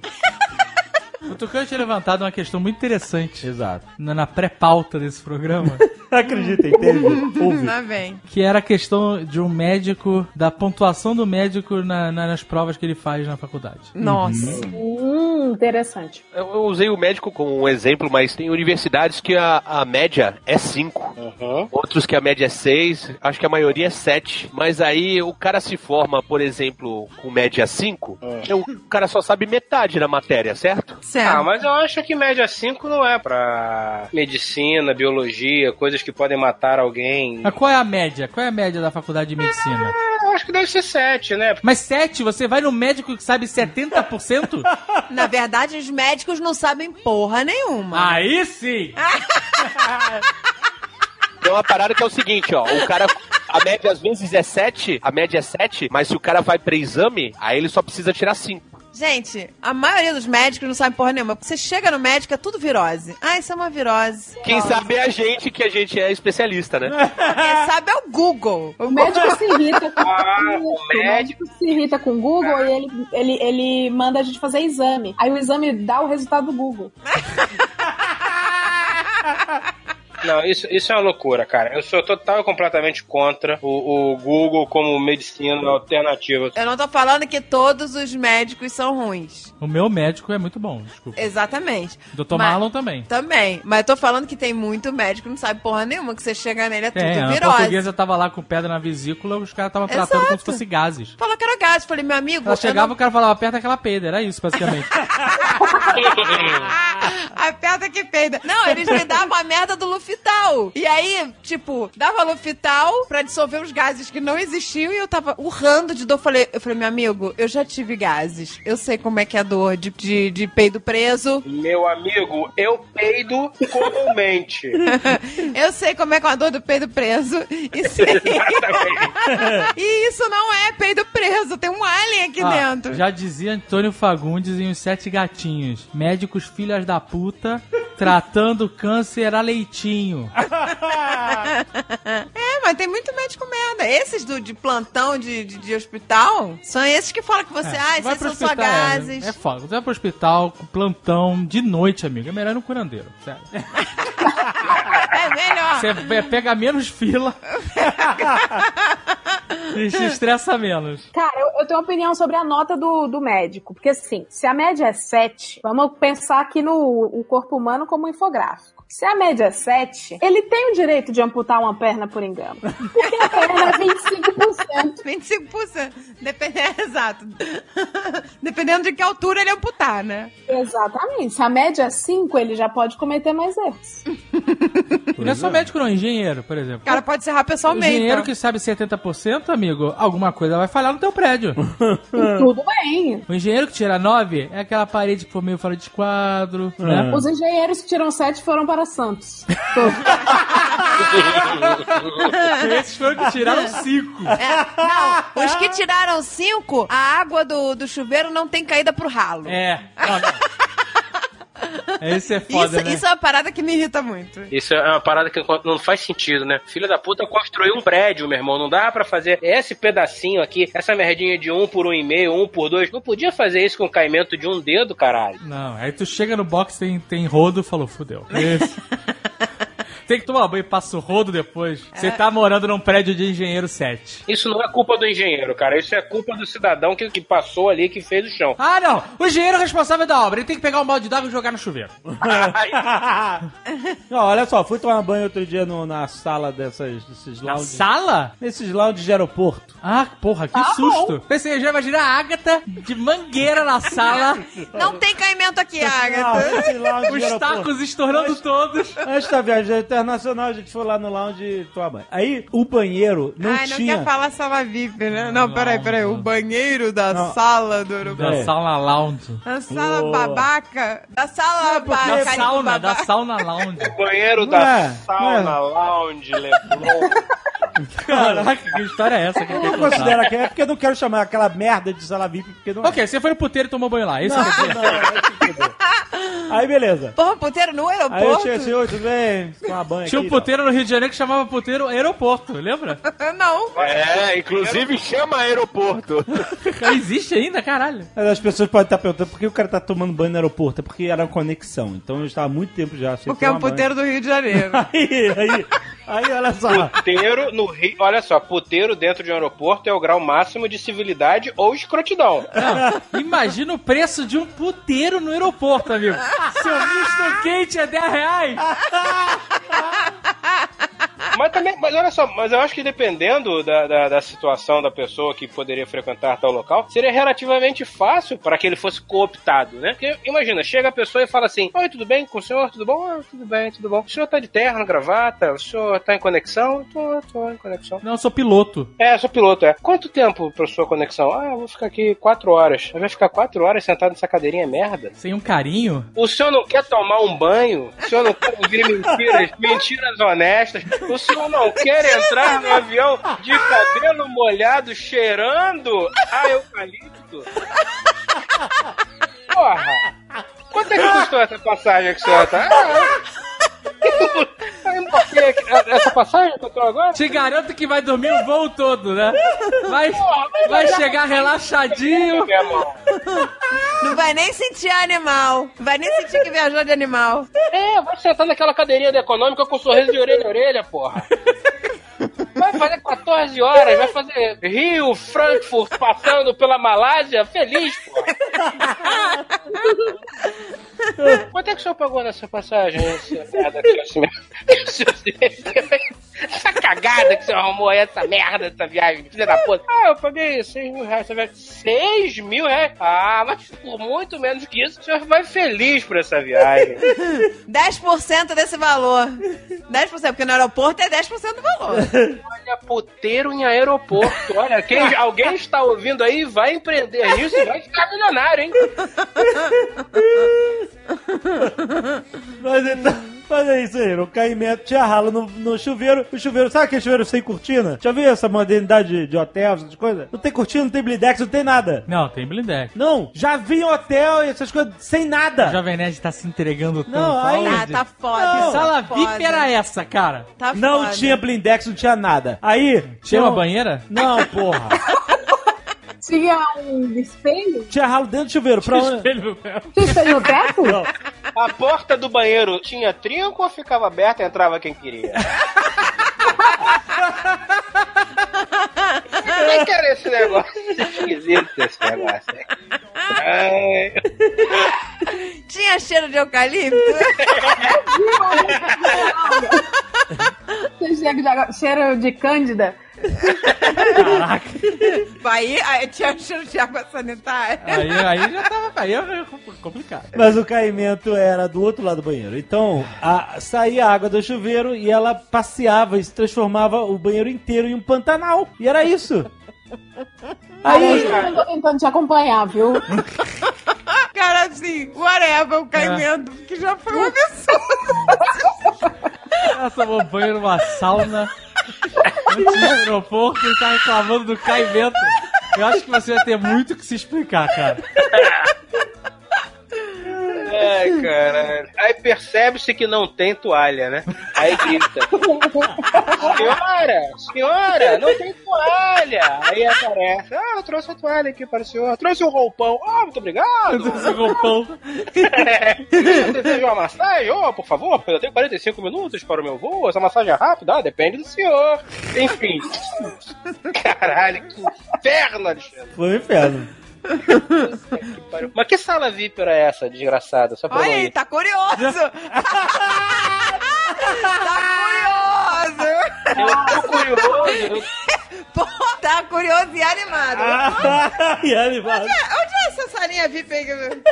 O Tucano tinha levantado uma questão muito interessante Exato. na, na pré-pauta desse programa. Acreditem, teve. Houve. Lá vem. Que era a questão de um médico, da pontuação do médico na- na- nas provas que ele faz na faculdade. Uhum. Nossa. Hum, interessante. Eu, eu usei o médico como um exemplo, mas tem universidades que a, a média é 5. Uhum. Outros que a média é 6, acho que a maioria é 7. Mas aí o cara se forma, por exemplo, com média 5, o cara só sabe metade da matéria, certo? Certo. Ah, mas eu acho que média 5 não é pra medicina, biologia, coisas que podem matar alguém. Ah, Mas qual é a média? Qual é a média da faculdade de medicina? Eu acho que deve ser 7, né? Mas 7, você vai no médico que sabe 70%? Na verdade, os médicos não sabem porra nenhuma. Aí sim! Tem uma parada que é o seguinte, ó. O cara. A média às vezes é 7, a média é 7, mas se o cara vai pra exame, aí ele só precisa tirar 5. Ah. Gente, a maioria dos médicos não sabe porra nenhuma. Porque você chega no médico, é tudo virose. Ah, isso é uma virose. Quem sabe é a gente, que a gente é especialista, né? Quem sabe é o Google. O médico se irrita com Ah, Google, o médico. se irrita com o Google e ele, ele, ele manda a gente fazer exame. Aí o exame dá o resultado do Google. Não, isso, isso é uma loucura, cara. Eu sou total e completamente contra o, o Google como medicina alternativa. Eu não tô falando que todos os médicos são ruins. O meu médico é muito bom, desculpa. Exatamente. Dr. Mas- Marlon também. Também. Mas eu tô falando que tem muito médico que não sabe porra nenhuma, que você chega nele é tudo Tem, a virose. portuguesa tava lá com pedra na vesícula, os caras estavam tratando como se fosse gases. Falou que era gás. Falei, meu amigo. Ela eu chegava, não- o cara falava perto daquela pedra, era isso, basicamente. Aperta Ah, que peida. Não, eles me davam a merda do Lufital. E aí, tipo, dava Lufital pra dissolver os gases que não existiam e eu tava urrando de dor. Falei, eu falei, meu amigo, eu já tive gases. Eu sei como é que é a dor de, de, de peido preso. Meu amigo, eu peido comumente. Eu sei como é que é a dor do peido preso. E, sei- e isso não é peido preso. Tem um alien aqui Ah, dentro. Já dizia Antônio Fagundes em Os Sete Gatinhos. Médicos filhas da puta, tratando câncer a leitinho. É, mas tem muito médico merda. Esses do, de plantão de, de, de hospital são esses que falam que você, ah, É. Vai esses pro são só hospital, é, gases. É, foda. Você vai pro hospital, com plantão, de noite, amigo. É melhor ir no curandeiro, sério. É melhor. Você pe- pega menos fila e se estressa menos. Cara, eu, eu tenho uma opinião sobre a nota do, do médico. Porque assim, se a média é 7, vamos pensar aqui no o corpo humano como um infográfico. Se a média é 7, ele tem o direito de amputar uma perna por engano. Porque a perna é 25%. 25%. Dependendo, é, exato. Dependendo de que altura ele amputar, né? Exatamente. Se a média é 5, ele já pode cometer mais erros. E não é só médico, não, engenheiro, por O exemplo. cara pode serrar pessoalmente. engenheiro ó. que sabe 70%, amigo, alguma coisa vai falhar no teu prédio. E tudo bem. O engenheiro que tira 9 é aquela parede que for meio fora de esquadro, né? Os engenheiros que tiram 7 foram para Santos. Esses foram que tiraram 5. É, não, os que tiraram 5, a água do, do chuveiro não tem caída pro ralo. É. Não, não. Esse é foda, isso, né? isso é uma parada que me irrita muito. Isso é uma parada que não faz sentido, né? Filha da puta construiu um prédio, meu irmão. Não dá pra fazer esse pedacinho aqui, essa merdinha de um por um e meio, um por dois. Não podia fazer isso com o caimento de um dedo, caralho. Não, aí tu chega no box, tem, tem rodo, falou, fudeu. Esse. tem que tomar banho e passa o rodo depois. Você tá morando num prédio de engenheiro 7. Isso não é culpa do engenheiro, cara. Isso é culpa do cidadão que, que passou ali, que fez o chão. Ah, não! O engenheiro é responsável da obra, ele tem que pegar um balde d'água e jogar no chuveiro. Não, olha só, fui tomar banho outro dia no- na sala dessas, desses Na lounges. sala? Nesses lounges de aeroporto. Ah, porra, que susto! Pensei, eu já imaginei a Agatha de mangueira na sala, Não tem caimento aqui, Não, Agatha. esses lounges de os aeroporto. tacos estourando todos. Antes da viagem é internacional, a gente foi lá no lounge tomar banho. Aí, o banheiro não Ai, não tinha... quer falar sala VIP, né? Não, peraí, peraí. O banheiro da Não. sala do Uruguai. Da sala lounge. Da sala Boa. babaca. Da sala Da babaca. é sauna, da sauna lounge. Banheiro Não da é, sauna, não lounge, né? Leblon. Caraca, que história é essa? Que Eu não considero que é porque eu não quero chamar aquela merda de sala VIP, porque não é. Ok, você foi no puteiro e tomou banho lá. Esse é o Não, não, vai se fuder. Aí, beleza. Porra, um puteiro no Aí eu aeroporto? cheguei assim, oi, tudo bem? Tomar banho Tinha um aqui, tal. puteiro no Rio de Janeiro que chamava puteiro aeroporto, lembra? Não. É, inclusive chama aeroporto. Existe ainda, caralho. Mas As pessoas podem estar perguntando por que o cara tá tomando banho no aeroporto. É porque era uma conexão. Então eu estava há muito tempo já. sem Porque é um tomar banho. puteiro do Rio de Janeiro. Aí, aí, Aí, olha só. Puteiro no Rio. Olha só, puteiro dentro de um aeroporto é o grau máximo de civilidade ou escrotidão. Não, imagina o preço de um puteiro no aeroporto, amigo. Seu misto quente é 10 reais. Mas também, mas olha só, mas eu acho que dependendo da, da, da situação da pessoa que poderia frequentar tal local, seria relativamente fácil para que ele fosse cooptado, né? Porque imagina, chega a pessoa e fala assim: Oi, tudo bem com o senhor? Tudo bom? Ah, tudo bem, tudo bom. O senhor tá de terno, gravata? O senhor tá em conexão? Tô, tô em conexão. Não, eu sou piloto. É, sou piloto, é. Quanto tempo pra sua conexão? Ah, eu vou ficar aqui quatro horas. Mas vai ficar quatro horas sentado nessa cadeirinha merda? Sem um carinho? O senhor não quer tomar um banho? O senhor não quer ouvir mentiras, mentiras honestas? O senhor não quer entrar no avião de cabelo molhado cheirando a eucalipto? Porra! Quanto é que custou essa passagem que o senhor tá? Ah, eu embarquei aqui- essa passagem que eu tô agora? Te garanto que vai dormir o voo todo, né? Vai, vai chegar relaxadinho. Meu irmão. Não vai nem sentir animal. Não vai nem sentir que viajou de animal. É, vai sentar naquela cadeirinha da econômica com um sorriso de orelha a orelha, porra. Vai fazer 14 horas, vai fazer Rio, Frankfurt, passando pela Malásia, feliz, porra. Quanto é que o senhor pagou nessa passagem? esse merda que o senhor- que o senhor- Essa cagada que o senhor arrumou aí, essa merda dessa viagem, filha da puta. Ah, eu paguei 6 mil reais. Você vai... 6 mil reais? Ah, mas por muito menos que isso, o senhor vai feliz por essa viagem. 10% desse valor. 10%, porque no aeroporto é 10% do valor. Olha, puteiro em aeroporto. Olha, quem, alguém está ouvindo aí vai empreender nisso e vai ficar milionário, hein? Mas, então, mas é isso aí, o caimento tinha ralo no, no chuveiro. O chuveiro, sabe aquele chuveiro sem cortina? Já viu essa modernidade de, de hotel, essas coisas? Não tem cortina, não tem blindex, não tem nada. Não, tem blindex. Não, já vi em hotel e essas coisas sem nada. O Jovem Nerd tá se entregando tanto. Não, aí- olha. Ah, tá foda. Que Não, sala tá VIP era essa, cara? Tá Não foda. tinha blindex, não tinha nada. Aí. Tinha uma não- banheira? Não, porra. Tinha um espelho? tinha ralo dentro do chuveiro. Pra onde? Tinha espelho no teto? A porta do banheiro tinha trinco ou ficava aberta e entrava quem queria? Quem quer é esse negócio? Esquisito esse negócio. hein? Ai, Tinha cheiro de eucalipto? Tinha cheiro de- cheiro de cândida? aí, aí tinha cheiro de água sanitária. Aí, aí já tava. Aí é complicado. Mas o caimento era do outro lado do banheiro. Então, a- saía a água do chuveiro e ela passeava e se transformava o banheiro inteiro em um pantanal. E era isso. Aí. Eu tô tentando te acompanhar, viu? Cara, assim, whatever, o caimento, que já foi um absurdo. Ela tomou banho numa sauna antes do aeroporto e tá reclamando do caimento. Eu acho que você vai ter muito que se explicar, cara. ai, caralho. Aí percebe-se que não tem toalha, né? Aí grita. Senhora, senhora, não tem toalha. Aí aparece. Ah, eu trouxe a toalha aqui para o senhor. Eu trouxe um roupão. Ah, muito obrigado. Esse roupão. Você deseja uma massagem? Oh, por favor, eu tenho 45 minutos para o meu voo. Essa massagem é rápida? Ah, depende do senhor. Enfim. Caralho, que inferno, Alexandre. Foi um inferno. Que pariu. Mas que sala VIP era essa, desgraçada? Só pra eu Olha aí, ir. tá curioso. tá curioso. Eu tô curioso. Pô, tá curioso e animado. Ah. e animado. Onde é essa salinha VIP aí? que eu-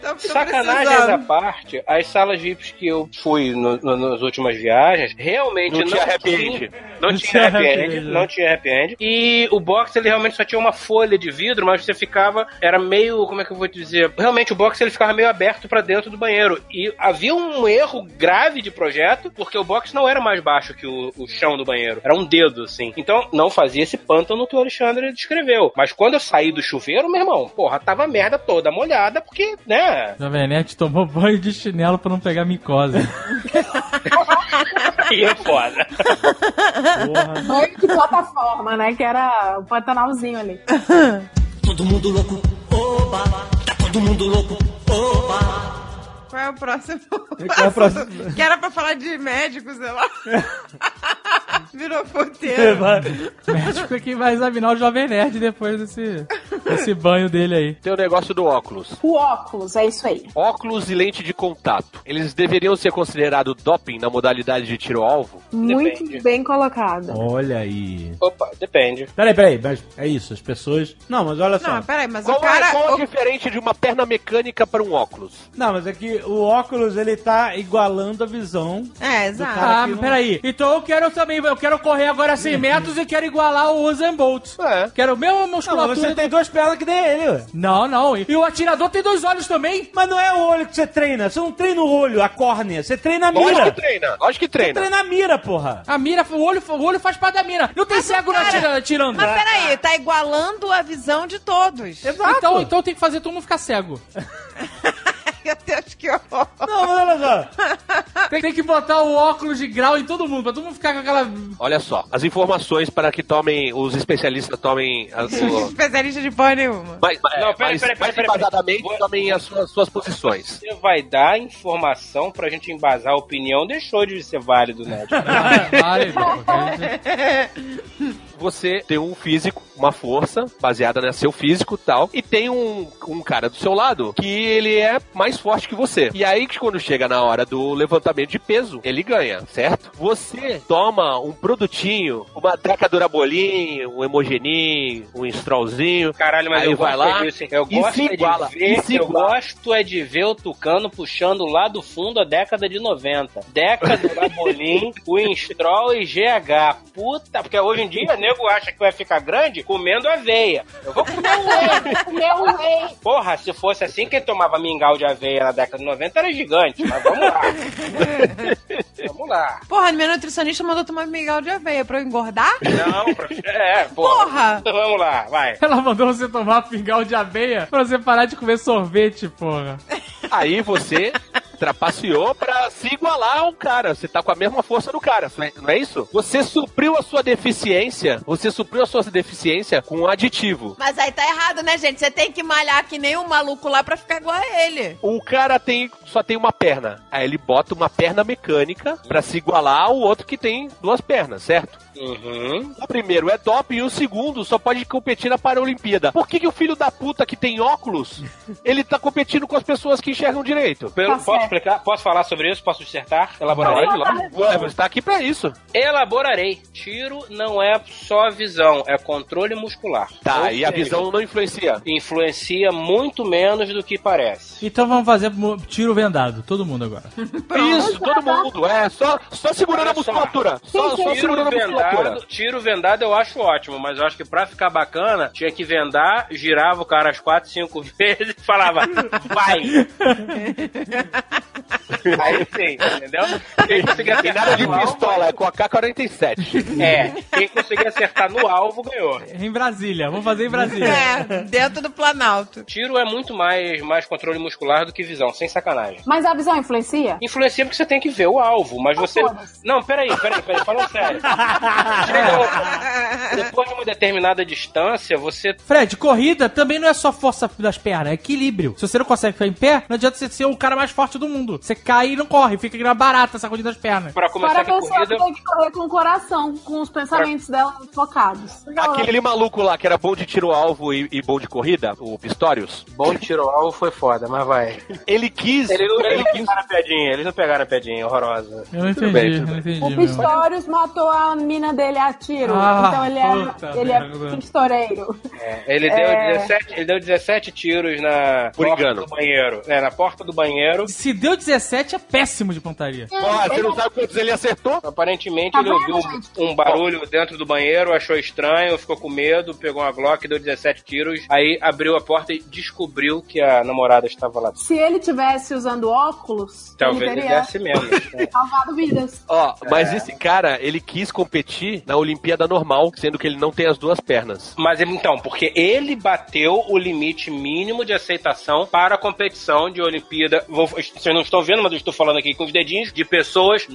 Tô- tô Sacanagens precisando. à parte, as salas VIPs que eu fui no- no- nas últimas viagens, realmente Não tinha happy tinha- end. Não tinha happy end, não tinha happy end. E o box, ele realmente só tinha uma folha de vidro, mas você ficava, era meio, como é que eu vou te dizer? Realmente o box, ele ficava meio aberto pra dentro do banheiro. E havia um erro grave de projeto, porque o box não era mais baixo que o, o chão do banheiro. Era um dedo, assim. Então, não fazia esse pântano que o Alexandre descreveu. Mas quando eu saí do chuveiro, meu irmão, porra, tava a merda toda molhada, porque, né, Jovem Nerd tomou banho de chinelo pra não pegar micose. Aí é foda. Banho de plataforma, né? Que era o pantanalzinho ali. Todo mundo louco, oba. Tá todo mundo louco, oba. Qual é o próximo? Qual é o próximo? Que era pra falar de médico, sei lá. Virou puteiro. O médico é quem vai examinar o Jovem Nerd depois desse, desse banho dele aí. Tem o negócio do óculos. O óculos, é isso aí. Óculos e lente de contato. Eles deveriam ser considerados doping na modalidade de tiro ao alvo? Muito bem colocado. Olha aí. Opa, depende. Peraí, peraí, mas é isso, as pessoas. Não, mas olha só. Não, peraí, mas Qual o cara. é, qual é o- diferente de uma perna mecânica para um óculos? Não, mas é que o óculos ele tá igualando a visão. É, Do cara. exato. Ah, mas peraí. Então eu quero também, eu quero correr agora 100 metros e quero igualar o Usain Bolt. É. Quero o mesmo Não, mas musculatura. você tem duas pernas que nem ele, ué. Não, não. E o atirador tem dois olhos também. Mas não é o olho que você treina, você não treina o olho, a córnea, você treina a Lógico que mira. treina, lógico que Você treina. treina a mira, porra. A mira, o olho, o olho faz parte da mira. Não tem cego na cara- atira- atirando. Mas peraí, tá igualando a visão de todos. Então, então tem que fazer todo mundo ficar cego. Meu Deus, que horror. Não, mas olha só. Ah. Tem, tem que botar o óculos de grau em todo mundo, pra todo mundo ficar com aquela. Olha só, as informações para que tomem, os especialistas tomem as suas... Especialista de porra nenhuma. Mais, é, Não, peraí, mais- peraí, mais peraí, peraí. embasadamente, Vou- tomem as suas, suas posições. Você vai dar informação pra gente embasar a opinião, deixou de ser válido, né? Vale, vale. Você tem um físico, uma força, baseada no seu físico e tal, e tem um, um cara do seu lado que ele é mais forte que você. E aí, que quando chega na hora do levantamento de peso, ele ganha, certo? Você toma um produtinho, uma tracadura bolinho, um hemogeninho, um estrolzinho, Caralho, mas Aí eu vai gosto lá é disso. hein? Eu e gosto se é iguala, de ver, e se eu iguala. gosto é de ver o Tucano puxando lá do fundo a década de 90. Década do Labolim, Winstrol e GH. Puta, porque hoje em dia o nego acha que vai ficar grande comendo aveia. Eu vou comer um ovo. Meu rei. Porra, se fosse assim, quem tomava mingau de aveia na década de 90 era gigante. Mas vamos lá. vamos lá. Porra, minha nutricionista mandou tomar mingau de aveia pra eu engordar? Não, pra- é, porra. Porra! Então Vamos lá, vai. Ela mandou você tomar pingal de aveia pra você parar de comer sorvete, porra. Aí você trapaceou pra se igualar ao cara. Você tá com a mesma força do cara, não é- não é isso? Você supriu a sua deficiência, você supriu a sua deficiência com um aditivo. Mas aí tá errado, né, gente? Você tem que malhar que nem um maluco lá pra ficar igual a ele. O Um cara tem só tem uma perna. Aí ele bota uma perna mecânica pra se igualar ao outro que tem duas pernas, certo? Uhum. O primeiro é doping e o segundo só pode competir na Paralimpíada. Por que, que o filho da puta que tem óculos, ele tá competindo com as pessoas que enxergam direito? Pelo- Tá posso certo. explicar? Posso falar sobre isso? Posso dissertar? Elaborar? Caralho, lógico. Ué, Você tá aqui pra isso. Elaborarei. Tiro não é só visão, é controle muscular. Tá, Ou e a seja, visão não influencia. influencia muito menos do que parece. Então vamos fazer mo- tiro vendado, todo mundo agora. Isso, todo mundo. É, só, só segurando a Olha só. musculatura. Só, só Tiro segurando a musculatura. vendado, tiro vendado eu acho ótimo, mas eu acho que pra ficar bacana, tinha que vendar, girava o cara as 4, 5 vezes e falava, vai! Aí sim, entendeu? Quem conseguir Tem nada acertar de no alvo, pistola, é com a K-47. é, quem conseguir acertar no alvo ganhou. Em Brasília, vamos fazer em Brasília. É, dentro do Planalto. Tiro é muito mais, mais controle muscular do que visão, sem sacanagem. Mas a visão influencia? Influencia porque você tem que ver o alvo, mas você. foda-se. Não, peraí, peraí, peraí, falando sério. Chega- Depois de uma determinada distância, você. Fred, corrida também não é só força das pernas, é equilíbrio. Se você não consegue ficar em pé, não adianta você ser o cara mais forte do mundo. Você cai e não corre, fica na barata sacudindo as pernas. Pra Para começar a com é a pessoa corrida. que tem que correr com o coração, com os pensamentos dela focados. Aquele maluco lá que era bom de tiro-alvo e, e bom de corrida, o Pistorius, Bom tiro ao alvo foi foda, mas vai. ele quis. Eles não, eles ele não quis pegaram a piadinha, eles não pegaram a piadinha horrorosa. Eu não Tudo bem, entendi, eu tudo não entendi. O meu. Pistorius matou a mina dele a tiro. Ah, então ele puta é, ele merda. é pistoreiro. É, ele, deu 17, ele deu 17 tiros na Por porta engano. do banheiro. É, na porta do banheiro. Se deu 17, é péssimo de pontaria. Porra, você não sabe quantos ele acertou? Aparentemente Tá ele vendo, ouviu um barulho dentro do banheiro, achou estranho, ficou com medo, pegou uma Glock, deu 17 tiros, aí abriu a porta e descobriu que a namorada estava lá. Se ele tivesse usando óculos, Talvez ele ele teria desse mesmo. né? salvado vidas. É. Ó, mas esse cara, ele quis competir na Olimpíada normal, sendo que ele não tem as as duas pernas. Mas então, porque ele bateu o limite mínimo de aceitação para a competição de Olimpíada. Vou- vocês não estão vendo, mas eu estou falando aqui com os dedinhos de pessoas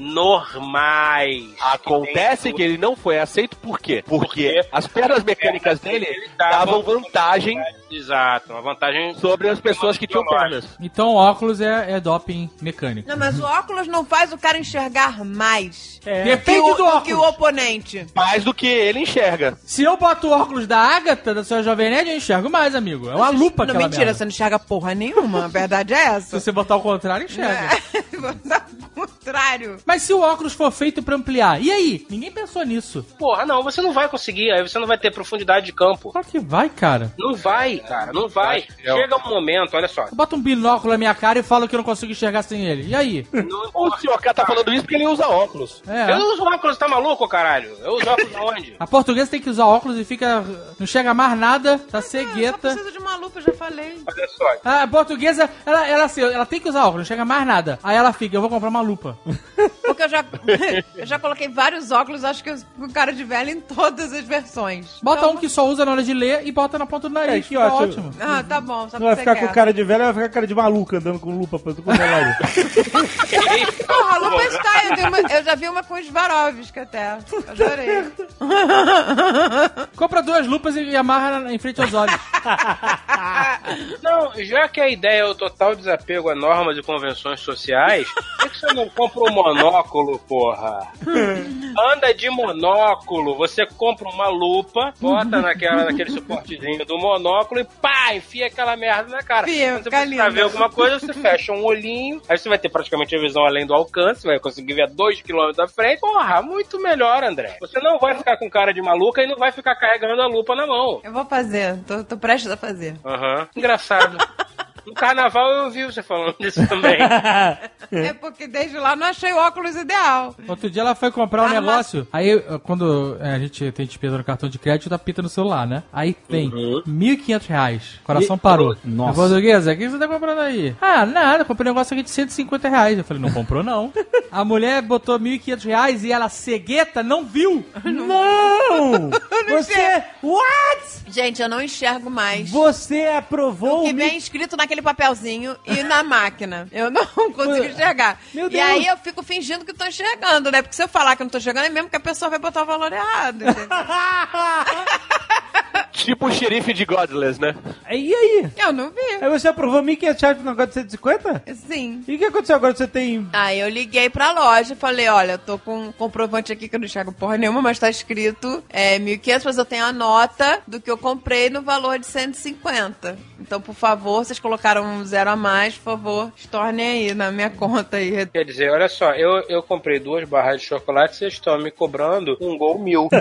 normais. Acontece Ah, que ele não foi aceito por quê? Porque, Porque as pernas mecânicas dele davam vantagem Exato, uma vantagem sobre as pessoas que tinham pernas. Então o óculos é, é doping mecânico. Não, mas o óculos não faz o cara enxergar mais É. Depende que o, do óculos. que o oponente. Mais do que ele enxerga. Se eu boto o óculos da Agatha, da sua Jovem Nerd, eu enxergo mais, amigo. É uma lupa Não, aquela mentira, merda. você não enxerga porra nenhuma. A verdade é Se essa. você botar o contrário, enxerga. É, botar o contrário. Mas se o óculos for feito pra ampliar, e aí? Ninguém pensou nisso. Porra, não, você não vai conseguir, aí você não vai ter profundidade de campo. Claro que vai, cara. Não vai, cara, não vai. é Chega um momento, olha só. Bota um binóculo na minha cara e fala que eu não consigo enxergar sem ele. E aí? Não- O senhor K tá falando isso porque ele usa óculos. É. Eu não uso óculos, tá maluco, caralho? Eu uso óculos aonde? A portuguesa tem que usar óculos e fica. Não enxerga mais nada, Ah, tá Eu só cegueta. preciso de uma lupa, eu já falei. Olha só. Ah, A portuguesa, ela, ela, assim, ela tem que usar óculos, não enxerga mais nada. Aí ela fica, eu vou comprar uma lupa. Porque eu já, eu já coloquei vários óculos, acho que eu fico com cara de velho em todas as versões. Bota Então- um que só usa na hora de ler e bota na ponta do nariz. É, que fica ótimo. Ah, tá bom, só Não vai ficar com cara de velho, vai ficar com cara de maluca andando com lupa pra é tu controlar a lupa. Porra, Lupenstein, eu, tenho uma- eu já vi uma com os Varovski até. Adorei. Compra duas lupas e amarra na- em frente aos olhos. Não, já que a ideia é o total desapego a normas e convenções sociais, por que você não compra um monóculo, porra? Anda de monóculo, você compra uma lupa, bota naquela, naquele suportezinho do monóculo e pá, enfia aquela merda na cara. Enfia, Quando você fica precisa lindo. ver alguma coisa, você fecha um olhinho, aí você vai ter praticamente a visão além do alcance, vai conseguir ver a 2km da frente. Porra, muito melhor, André. Você não vai ficar com cara de maluca e não vai ficar carregando a lupa na mão. Eu vou fazer, tô, tô prestes a fazer. Aham. Engraçado. No carnaval eu ouvi você falando disso também. É porque desde lá não achei o óculos ideal. Outro dia ela foi comprar um Arma- negócio. Aí, eh, quando eh, a gente tem despesa no cartão de crédito, dá pita no celular, né? Aí tem R$ 1.500 reais. O coração parou. Nossa. A portuguesa, o que você tá comprando aí? Ah, nada, comprei um negócio aqui de 150 reais. Eu falei, não comprou não. a mulher botou 1.500 reais e ela, cegueta, não viu. Não! Você. What? Gente, eu não enxergo mais. Você aprovou O que o vem escrito naquele papelzinho e na máquina. Eu não consigo enxergar. Meu E Deus. aí eu fico fingindo que tô enxergando, né? Porque se eu falar que eu não tô enxergando, é mesmo que a pessoa vai botar o valor errado. entendeu? Tipo o xerife de Godless, né? E aí? eu não vi. Aí você aprovou 1.500 reais pro negócio de 150? Sim. E o que aconteceu agora? Você tem... Aí eu liguei pra loja e falei, olha, eu tô com um comprovante aqui que eu não enxergo porra nenhuma, mas tá escrito é, 1.500, mas eu tenho a nota do que eu comprei no valor de 150. Então, por favor, vocês colocaram um zero a mais, por favor, estornem aí na minha conta aí. Quer dizer, olha só, eu, eu comprei duas barras de chocolate, vocês estão me cobrando um gol mil.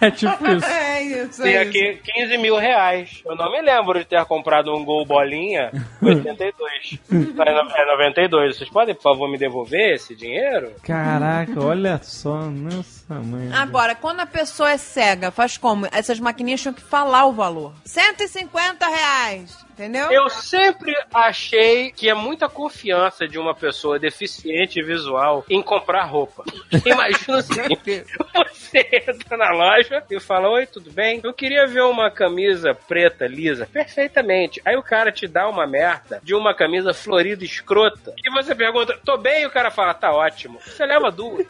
É tipo isso. É isso, Tem é isso. aqui 15 mil reais. Eu não me lembro de ter comprado um gol bolinha em 82. É no- é 92. Vocês podem, por favor, me devolver esse dinheiro? Caraca, olha só, nossa mãe. Agora, quando a pessoa é cega, faz como? Essas maquininhas tinham que falar o valor. 150 reais, entendeu? Eu sempre achei que é muita confiança de uma pessoa deficiente visual em comprar roupa. Imagina o seguinte: você entra na loja e fala: Oi, tudo bem? Eu queria ver uma camisa preta lisa. Perfeitamente. Aí o cara te dá uma merda de uma camisa florida escrota. E você pergunta: Tô bem? E o cara fala: Tá ótimo. Você leva duas.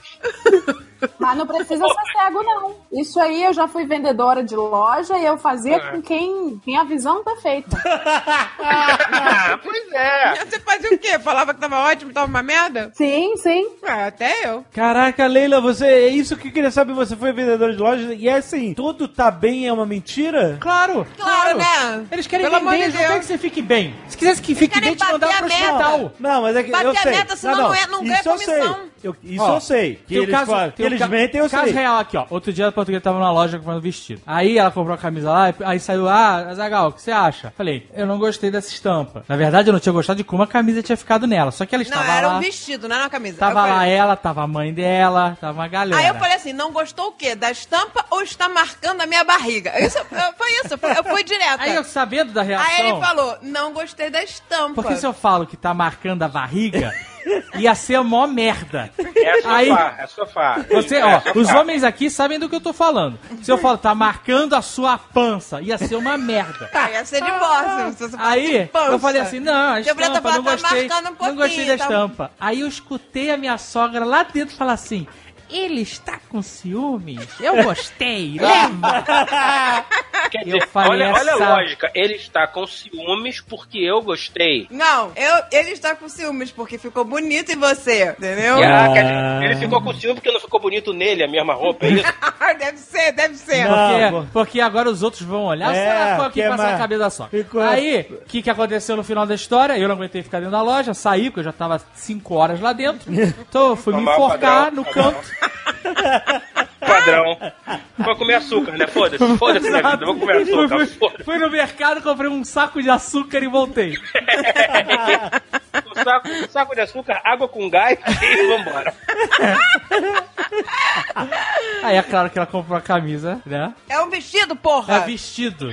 Mas não precisa ser cego, não. Isso aí eu já fui vendedora de loja e eu fazia com quem, quem a visão tá feita. Ah, pois é. Você fazia o quê? Falava que tava ótimo, tava uma merda? Sim, sim. Ah, até eu. Caraca, Leila, você é isso que eu queria saber. Você foi vendedora de loja e é assim, tudo tá bem é uma mentira? Claro, Claro, né? Eles querem Pelo amor de vender, eles não querem Deus. que você fique bem. Se quisesse que fique querem bem, te mandava bater pro a meta. Tá hospital. Não, mas é que Bater eu a sei. meta, senão não é- não ganha isso eu comissão. sei. Eu- isso Ó, eu sei. Que tem um eles, falam- tem um eles ca- mentem, eu caso sei. real aqui, ó. Outro dia a portuguesa tava numa loja comprando vestido. Aí ela comprou a camisa lá, aí saiu, ah, Zagal, o que você acha? Falei, eu não gostei dessa estampa. Na verdade, eu não tinha gostado de como a camisa tinha ficado nela. Só que ela Não, estava era lá. um vestido, não era uma camisa. Tava Eu lá falei- ela, tava a mãe dela, tava uma galera. Aí eu falei assim, não gostou o quê? Da estampa ou está marcando a minha barriga? Isso, eu- foi isso, eu fui, eu fui direta. Aí eu sabendo da reação. Aí ele falou, não gostei da estampa. Porque se eu falo que tá marcando a barriga, Ia ser a maior merda. É sofá, Aí- é sofá. Você, É ó, sofá. os homens aqui sabem do que eu tô falando. Se eu falo, tá marcando a sua pança, ia ser uma merda. Tá, ia ser divórcio. se você falar de Ah. Aí pança. eu falei assim: não, a Seu Breta estampa, fala, não tá gostei. marcando um não gostei pouquinho, da tá- estampa. Aí eu escutei a minha sogra lá dentro falar assim: ele está com ciúmes? Eu gostei, leva! Quer eu falei olha, olha essa- a lógica. Ele está com ciúmes porque eu gostei. Não, eu, ele está com ciúmes porque ficou bonito em você, entendeu? Ah, quer dizer, ele ficou com ciúme porque não ficou bonito nele a mesma roupa, é isso? deve ser, deve ser. Não. é- Porque, pô. porque agora os outros vão olhar, Ah, É, é, só que que é passa na mais- cabeça da sogra. Ficou- Aí, o que, que aconteceu no final da história? Eu não aguentei ficar dentro da loja, saí, porque eu já tava 5 horas lá dentro. Então eu fui me Tomar um o enforcar padrão, no padrão. canto. Padrão. Vou comer açúcar, né? Foda-se, foda-se minha vida. Vou comer açúcar, Fui- foda-se. Fui, fui no mercado, comprei um saco de açúcar e voltei. Um Saco, um saco de açúcar, água com gás e vambora. Aí é claro que ela comprou a camisa, né? É um vestido, É Ah. porra. vestido.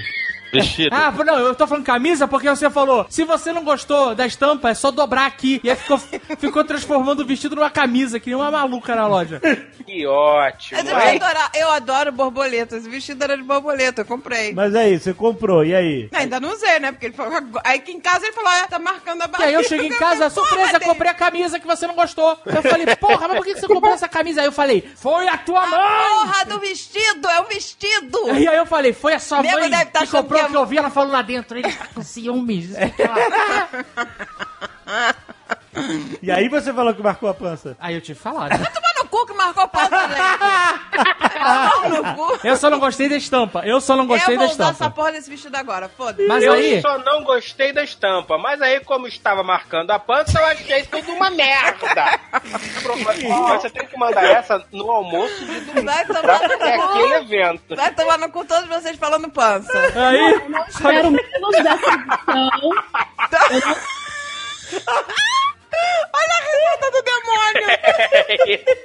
Vestido. Ah, não, eu tô falando camisa porque você falou: se você não gostou da estampa, é só dobrar aqui. E aí ficou, ficou transformando o vestido numa camisa, que nem uma maluca na loja. Que ótimo, Mas eu, é. hein? adoro, eu adoro borboleta. Esse vestido era de borboleta, eu comprei. Mas é aí, você comprou, e aí? Ainda não usei, né? Porque ele falou. agora- Aí que em casa ele falou: ah, tá marcando a E barriga. aí eu cheguei em casa, Eu falei, surpresa, porra, comprei a camisa que você não gostou. Eu falei, porra, mas por que que você comprou essa camisa? Aí eu falei, foi a tua mãe! Ah, Porra do vestido, é um vestido. E aí eu falei, foi a sua Nego mãe deve tá que comprou achando que o que é- eu vi ela falou lá dentro. Ele tá com ciúmes. isso aqui, ó. E aí você falou que marcou a pança? Aí eu tive que falar. né? Toma no cu que marcou a pauta, né? Toma no cu. Eu só não gostei da estampa. Eu só não gostei eu vou da usar essa estampa. porra desse vestido agora, foda-se. Mas eu aí, só não gostei da estampa, mas aí, como estava marcando a pança, eu achei tudo uma merda. Mas você tem que mandar essa no almoço de domingo. Vai Pra tomar é no aquele cu. evento. Vai tomar no cu todos vocês falando pança. aí, Eu não espero menos dessa edição. Olha a risada do demônio.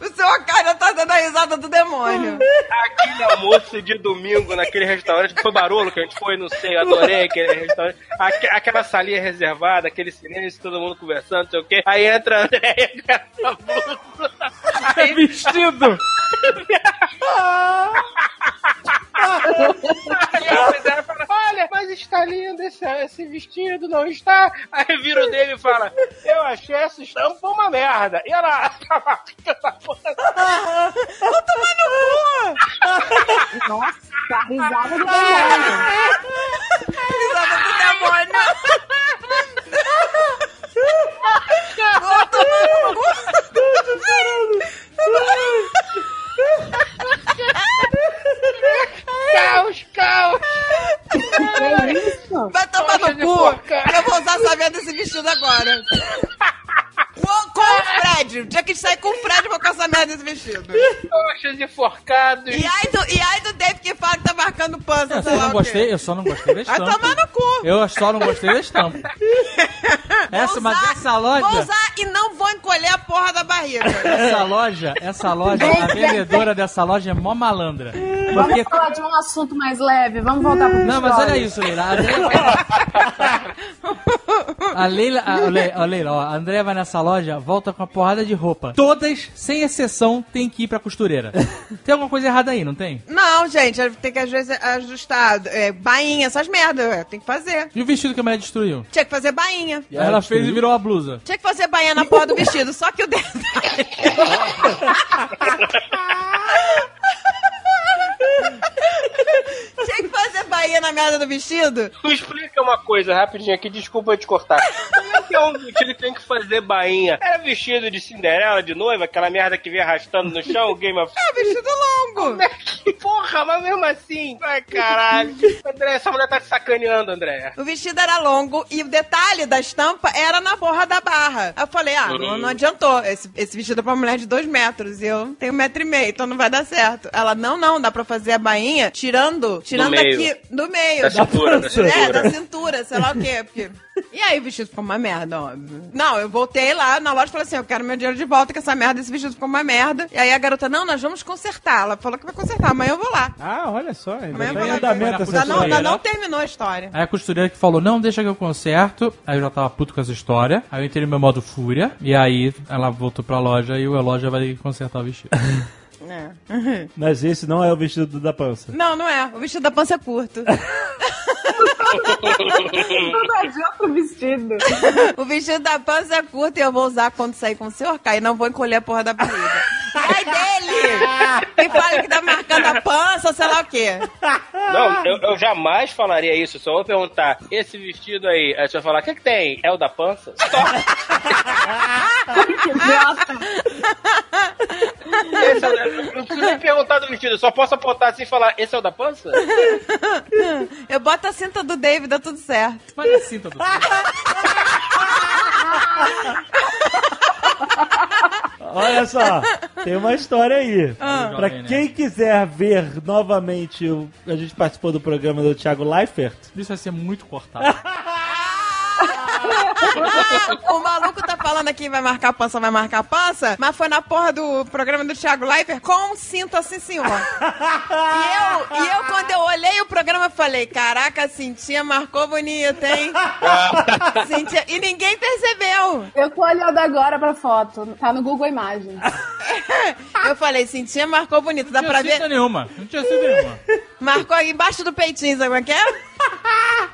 O seu cara tá dando a risada do demônio. Aquele almoço de domingo naquele restaurante, que foi barulho que a gente foi, não sei, eu adorei aquele restaurante. Aque- aquela salinha reservada, aquele silêncio, todo mundo conversando, não sei o quê. Aí entra a Andréia com essa blusa. é vestido. Aí a Andréia fala, olha, mas está lindo esse, esse vestido, não está? Aí vira o dele e fala, eu achei essa estampa uma merda. E ela tá marcando a porra. Nossa, a risada do Ah, demônio. Risada do demônio. Vou tomar no cu. Caos, caos. Que isso? Vai tomar Poxa no de cu! porca. Eu vou usar essa merda desse vestido agora. Vou com o Fred. O dia que sair com o Fred, eu vou com essa merda desse vestido. Coxas e forcados. E aí do, e aí do Dave que fala que tá marcando pança, sei Eu só lá não o quê. gostei, eu só não gostei da Vai estampa. tomar no cu. Eu só não gostei da estampa. Essa, é mas usar- essa loja... Vou usar e não vou encolher a porra da barriga. Essa loja, essa loja, a vendedora dessa loja é mó malandra. Porque... Vamos falar de um assunto mais leve. Vamos voltar pro Não, mas olha isso, Leila. A Leila, a Leila, a Le- a Leila, ó, a Andrea vai nessa loja, volta com uma porrada de roupa. Todas, sem exceção, tem que ir pra costureira. Tem alguma coisa errada aí, não tem? Não, gente, tem que às vezes ajustar é, bainha, essas merdas, ué, tem que fazer. E o vestido que a mulher destruiu? Tinha que fazer bainha. Ela, fez e virou uma blusa. Tinha que fazer bainha na porra do vestido, só que o dedo. Tinha que fazer bainha na merda do vestido? Tu explica uma coisa rapidinho aqui, desculpa eu te cortar. Como é que é um vestido que tem que fazer bainha? Era vestido de Cinderela, de noiva, aquela merda que vem arrastando no chão, Game of É vestido longo. Que Porra, mas mesmo assim, ai caralho. André, essa mulher tá te sacaneando, André. O vestido era longo e o detalhe da estampa era na borra da barra. Eu falei, ah, não, não adiantou. Esse, esse vestido é pra mulher de dois metros e eu tenho um metro e meio, então não vai dar certo. Ela, não, não, dá pra fazer a bainha tirando, tirando meio. aqui do meio. Da cintura, da É, cintura. da cintura, sei lá o quê. Porque... E aí o vestido ficou uma merda, óbvio. Não, eu voltei lá na loja e falei assim: eu quero meu dinheiro de volta, que essa merda, esse vestido ficou uma merda. E aí a garota, não, nós vamos consertar. Ela falou que vai consertar, amanhã eu vou lá. Ah, olha só, ainda Amanhã eu tá em vou lá. andamento essa Ainda não, ainda história. né? não terminou a história. Aí a costureira que falou, não, deixa que eu conserto. Aí eu já tava puto com essa história. Aí eu entrei no meu modo fúria. E aí ela voltou pra loja e a loja vai consertar o vestido. É. Mas esse não é o vestido da pança. Não, não é. O vestido da pança é curto. Não adianta o vestido. o vestido da pança é curto e eu vou usar quando sair com o senhor K. E não vou encolher a porra da barriga. Sai dele! E fala que tá marcando a pança, sei lá o quê. Não, eu, eu jamais falaria isso. Só vou perguntar: esse vestido aí, aí você vai falar, o que, que tem? É o da pança? Que idiota. Esse é o da- eu não preciso nem perguntar do vestido, eu só posso apontar assim e falar, esse é o da pança? Eu boto a cinta do David, dá tudo certo. Mas assim, todo Olha só, tem uma história aí. Ah. Pra Jovem, né? quem quiser ver novamente, o- a gente participou do programa do Thiago Leifert. Isso vai ser muito cortado. Ah, o maluco tá falando aqui, vai marcar a pança, vai marcar a pança, mas foi na porra do programa do Thiago Leifert com um cinto assim, senhor. E eu, e eu, quando eu olhei o programa, eu falei, caraca, a cintinha marcou bonito, hein? Cintia- E ninguém percebeu. Eu tô olhando agora pra foto. Tá no Google Imagens. Eu falei, cintinha marcou bonito, dá Não pra tinha ver? cinta nenhuma. Não tinha cinta nenhuma. Marcou aí embaixo do peitinho, sabe como é que é?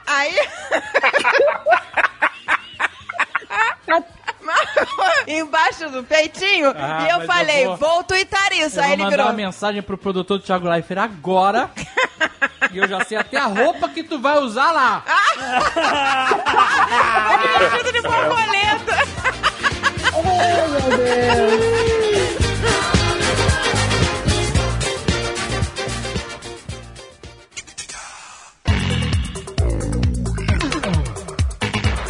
Aí. Marcou embaixo do peitinho. Ah, e eu mas falei, eu vou- vou... twittar isso. Eu Aí vou ele mandar virou. "Tá uma mensagem pro produtor do Thiago Leifert agora. e eu já sei até a roupa que tu vai usar lá. Vestido de borboleta.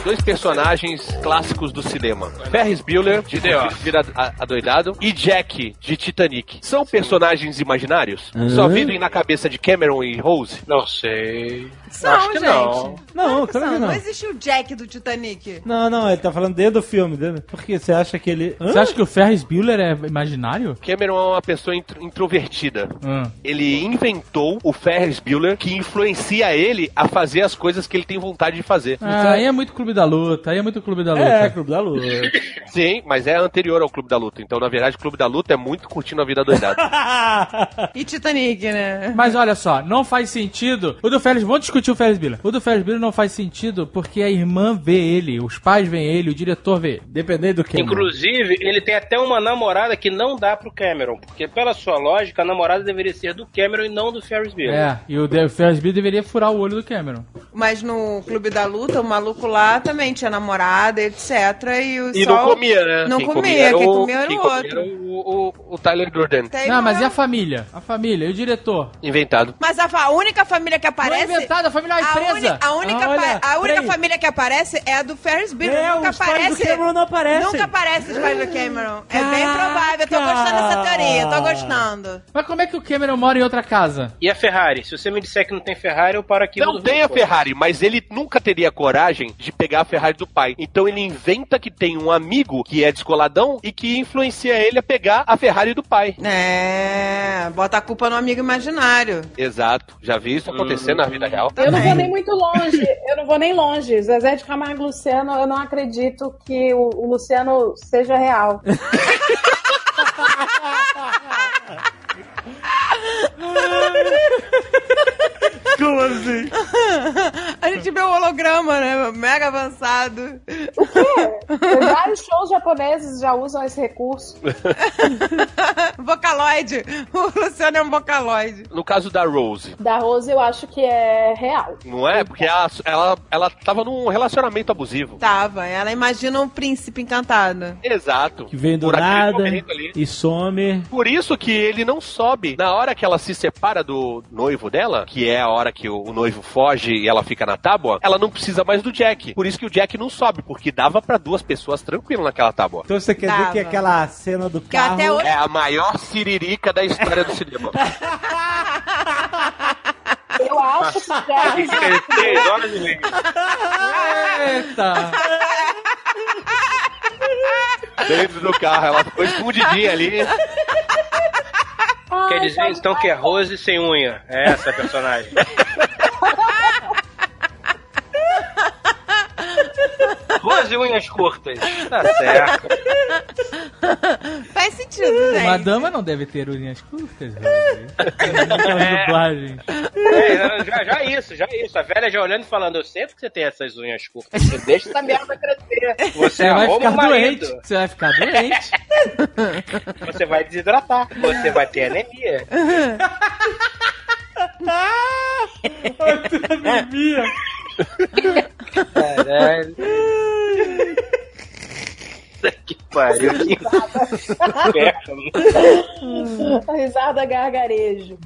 Dois personagens clássicos do cinema. Ferris Bueller, de The Vira a- Adoidado, e Jack, de Titanic. São personagens imaginários? Só vivem na cabeça de Cameron e Rose? Não sei. São, Acho que gente. não. Não, Não, claro que não não. existe o Jack do Titanic. Não, não, ele tá falando dentro do filme. Dentro... Por quê? Você acha que ele. Hã? Você acha que o Ferris Bueller é imaginário? Cameron é uma pessoa intro- introvertida. Hum. Ele inventou o Ferris Bueller, que influencia ele a fazer as coisas que ele tem vontade de fazer. Ah, aí é muito clube da luta, aí é muito clube da luta. É, Clube da Lua. Sim, mas é anterior ao Clube da Luta. Então, na verdade, o Clube da Luta é muito curtindo a vida doidada. E Titanic, né? Mas olha só, não faz sentido. O do Félix, vamos discutir o Félix Bila. O do Félix Bila não faz sentido porque a irmã vê ele, os pais veem ele, o diretor vê ele. Dependendo do que. Inclusive, ele tem até uma namorada que não dá pro Cameron, porque pela sua lógica, a namorada deveria ser do Cameron e não do Ferris Bueller. É, e o, de, o Ferris Bueller deveria furar o olho do Cameron. Mas no Clube da Luta, o maluco lá também tinha namorada, etc. E, o E só não o- comia, né? Não comia, quem comia era quem comia o outro. era o- o- o Tyler Durden. Até aí não, mas é- e a família? A família, e o diretor? Inventado. Mas a, fa- a única família que Não é aparece. inventado, a família é uma a empresa. uni- A única, Ah, olha, pa- a única peraí. família que aparece é a do Ferris Bueller. É, nunca os pais do aparece. Cameron não aparecem. Nunca aparece os pais do Cameron. É bem Caraca. provável. Eu tô gostando dessa teoria. Tô gostando. Mas como é que o Cameron mora em outra casa? E a Ferrari? Se você me disser que não tem Ferrari, eu paro aqui. Não tem a Ferrari, mas ele nunca teria coragem de pegar a Ferrari do pai. Então ele inventa que tem um amigo que é descoladão e que influencia ele a pegar a Ferrari do pai. É, bota a culpa no amigo imaginário. Exato. Já vi isso acontecer na vida real. Eu não vou nem muito longe, eu não vou nem longe. Zezé de Camargo e Luciano, eu não acredito que o, o Luciano seja real. Como assim? A gente vê o holograma, né? Mega avançado. Vários shows japoneses já usam esse recurso. Vocaloid. O Luciano é um vocaloid. No caso da Rose, Da Rose, eu acho que é real. não é? Porque ela, ela, ela tava num relacionamento abusivo. Tava. Ela imagina um príncipe encantado. Exato. Que vem do Por aquele nada momento ali. e some. Por isso que ele não sobe. Na hora que ela se separa do noivo dela, que é a hora que o, o noivo foge e ela fica na tábua, ela não precisa mais do Jack. Por isso que o Jack não sobe, porque dava pra duas pessoas tranquilo naquela tábua. Então você quer dizer Tava. que aquela cena do Que carro. até hoje É a maior siririca da história do cinema. Eu acho que deve. Três horas de leite. Eita! Dentro do carro, ela ficou escondidinha ali. Ai, Quer dizer, então, que é Rose sem unha. É essa a personagem. Rose unhas curtas. Tá certo. Faz sentido, né? gente. Madama não deve ter unhas curtas, Rose. Tem Muitas dublagens. É, já, já isso, já isso. A velha já olhando e falando, eu sei que você tem essas unhas curtas. Você deixa essa merda crescer. Você Você vai arruma ficar o marido. doente. Você vai ficar doente. Você vai desidratar. Você vai ter anemia. Anemia. Caralho. que pariu. Que Ah. inferno. A risada gargarejo.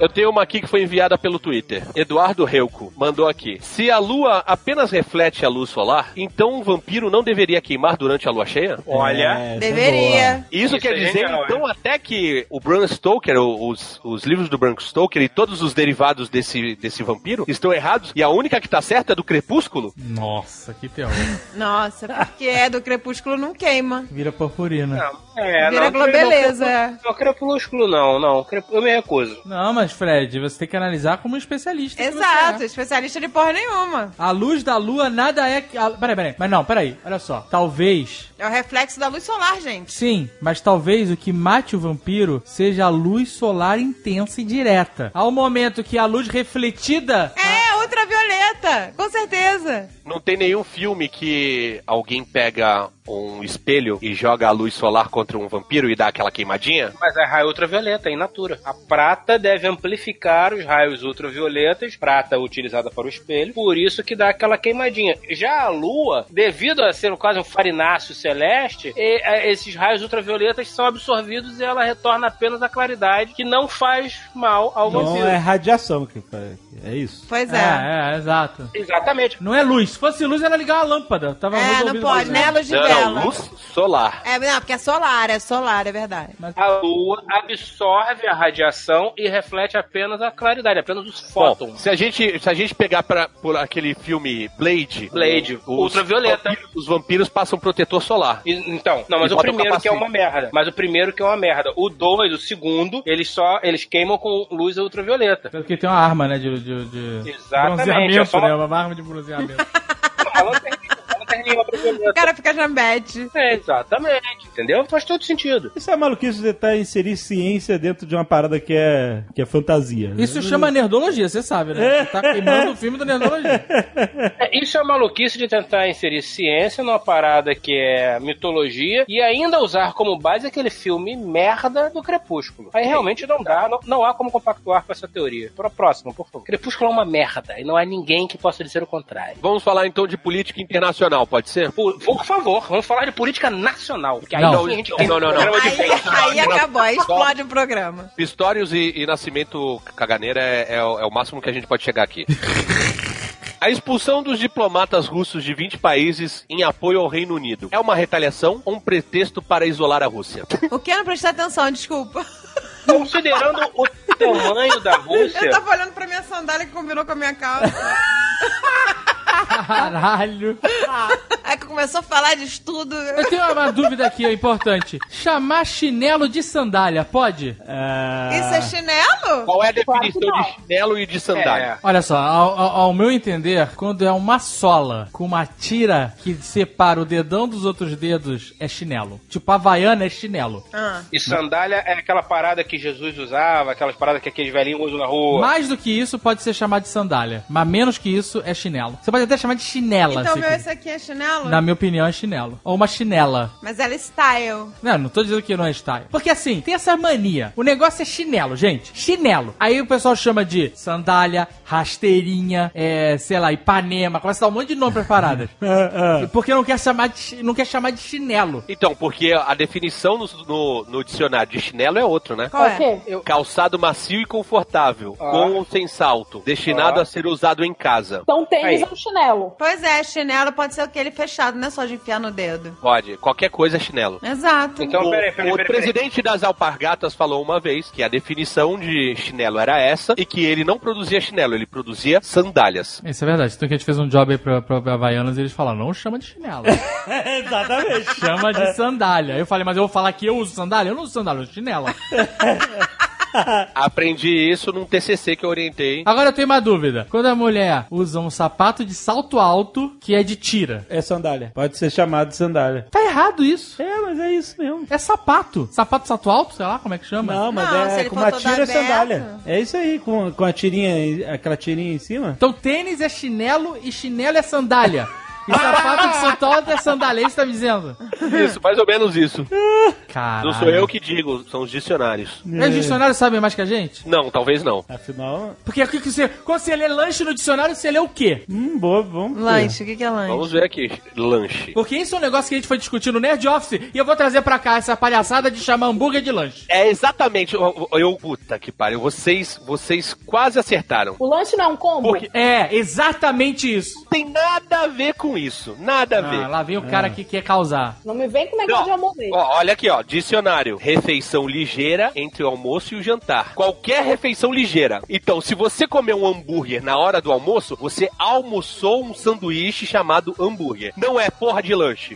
Eu tenho uma aqui que foi enviada pelo Twitter. Eduardo Reuco mandou aqui. Se a lua apenas reflete a luz solar, então um vampiro não deveria queimar durante a lua cheia? Olha. É, Deveria. Isso, Isso quer é dizer, genial, então, até que o Bram Stoker, o- os, os livros do Bram Stoker e todos os derivados desse, desse vampiro estão errados e a única que tá certa é do crepúsculo? Nossa, que terror. Nossa, porque é do crepúsculo não queima. Vira purpurina. Não, é, Vira não, globeleza. Não, não, crepúsculo não, não. crep- Eu me recuso. Não, mas Fred, você tem que analisar como um especialista. que Exato, você é. especialista de porra nenhuma. A luz da lua nada é. que- a- Peraí, peraí. Mas não, peraí. Olha só. Talvez É o reflexo da luz solar, gente. Sim, mas talvez o que mate o vampiro seja a luz solar intensa e direta. Ao momento que a luz refletida. É, ultravioleta, com certeza. Não tem nenhum filme que alguém pega um espelho e joga a luz solar contra um vampiro e dá aquela queimadinha? Mas é raio ultravioleta, é in natura. A prata deve amplificar os raios ultravioletas, prata utilizada para o espelho, por isso que dá aquela queimadinha. Já a lua, devido a ser quase um farináceo celeste, e- é, esses raios ultravioletas são absorvidos e ela retorna apenas a claridade, que não faz mal ao Então vampiro. é radiação que faz. É isso. Pois É, é. é, exato. Exatamente. Não é luz. Se fosse luz, era ligar uma lâmpada. Tava É, não resolvido pode, o né? problema. Luz de Não, vela. não, luz solar. É, não, porque é solar, é solar, é verdade. A lua absorve a radiação e reflete apenas a claridade, apenas os Bom, fótons. se a gente, se a gente pegar pra, por aquele filme Blade... Blade, ultravioleta. vampiros- os vampiros passam protetor solar. E- Então, não, mas E o bota o primeiro que é capacete. uma merda. Mas o primeiro que é uma merda. O dois, o segundo, eles só eles queimam com luz ultravioleta. Tanto que tem uma arma, né? De, de, de Exatamente, bronzeamento, é só uma- né? Uma arma de bronzeamento. A lanterninha, a lanterninha O ultravioleta. cara fica jambete. É, exatamente, entendeu? Faz todo sentido. Isso é maluquice de tentar inserir ciência dentro de uma parada que é, que é fantasia. né? Isso chama nerdologia, você sabe, né? Você tá queimando o filme do nerdologia. É, isso é maluquice de tentar inserir ciência numa parada que é mitologia e ainda usar como base aquele filme merda do Crepúsculo. Aí realmente não dá, não, não há como compactuar com essa teoria. Para próximo, por favor. Crepúsculo é uma merda e não há ninguém que possa dizer o contrário. Vamos falar então de política internacional, pode ser? Por, por favor, vamos falar de política nacional. Porque aí Não. sim a gente tem Não, não, não. programa de Aí, política. aí acabou, aí explode o programa. Pistórios e, e Nascimento Caganeira é, é o é o máximo que a gente pode chegar aqui. A expulsão dos diplomatas russos de 20 países em apoio ao Reino Unido é uma retaliação ou um pretexto para isolar a Rússia? O que não prestar atenção, desculpa. Considerando o tamanho da Rússia, Eu tava olhando pra minha sandália que combinou com a minha calça. Caralho. Aí que começou a falar de estudo. Eu tenho uma dúvida aqui, é importante. Chamar chinelo de sandália, pode? Isso é chinelo? Qual é a definição de chinelo e de É. sandália? Olha só, ao, ao- ao meu entender, quando é uma sola com uma tira que separa o dedão dos outros dedos, é chinelo. Tipo, havaiana é chinelo. Ah. e sandália é aquela parada que Jesus usava, aquelas paradas que aqueles velhinhos usam na rua. Mais do que isso, pode ser chamado de sandália. Mas menos que isso, é chinelo. Você pode até chamar de chinela. Então, se meu, quiser. esse aqui é chinelo? Na minha opinião, é chinelo. Ou uma chinela. Mas ela é style. Não, não tô dizendo que não é style. Porque assim, tem essa mania. O negócio é chinelo, gente. Chinelo. Aí o pessoal chama de sandália, Rasteirinha, é, sei lá, Ipanema. Começa a dar um monte de nome pras paradas. Porque não quer chamar de, não quer chamar de chinelo. Então, porque a definição no, no- no dicionário de chinelo é outro, né? Qual é? Ok. Calçado macio e confortável, Ah. com ou sem salto, destinado Ah. a ser usado em casa. Então tênis Aí. é um chinelo. Pois é, chinelo pode ser aquele fechado, não é só de enfiar no dedo. Pode, qualquer coisa é chinelo. Exato. Então, o, peraí, peraí, o peraí. peraí. presidente das alpargatas falou uma vez que a definição de chinelo era essa e que ele não produzia chinelo, ele produzia sandálias. Isso é verdade. Então que a gente fez um job aí pra, pra Havaianas e eles falaram, não chama de chinelo. Exatamente. chama de sandália. Aí eu falei, mas eu vou falar que eu uso sandália? Eu não uso sandália, eu uso chinelo. Aprendi isso num TCC que eu orientei. Agora eu tenho uma dúvida. Quando a mulher usa um sapato de salto alto que é de tira, É sandália. Pode ser chamado de sandália. tá errado isso. É, mas é isso mesmo. É sapato. Sapato salto alto, sei lá como é que chama. Não, mas Não, se é ele com for uma todo tira é aberto. sandália. É isso aí, com, com a tirinha, aquela tirinha em cima. Então tênis é chinelo e chinelo é sandália. E sapato de salto alto é sandália, é isso que tá me dizendo? Isso, mais ou menos isso. Cara. Não sou eu que digo, são os dicionários. Os dicionários sabem É mais que a gente? Não, talvez não. Afinal, Porque o que que você, quando você lê lanche no dicionário, você lê o quê? hum, boa, vamos ver. Lanche, o que, que é lanche? Vamos ver aqui. Lanche. Porque isso é um negócio que a gente foi discutir no Nerd Office e eu vou trazer pra cá essa palhaçada de chamar hambúrguer de lanche. É exatamente. Eu, eu- puta que pariu. Vocês, vocês quase acertaram. O lanche não é um combo? Porque É, exatamente isso. não tem nada a ver com isso. Nada a Ah, ver. lá vem o cara que quer causar. Não me vem com negócio de Não. almoço. Ó, olha aqui, ó. Dicionário. Refeição ligeira entre o almoço e o jantar. Qualquer refeição ligeira. Então, se você comer um hambúrguer na hora do almoço, você almoçou um sanduíche chamado hambúrguer. Não é porra de lanche.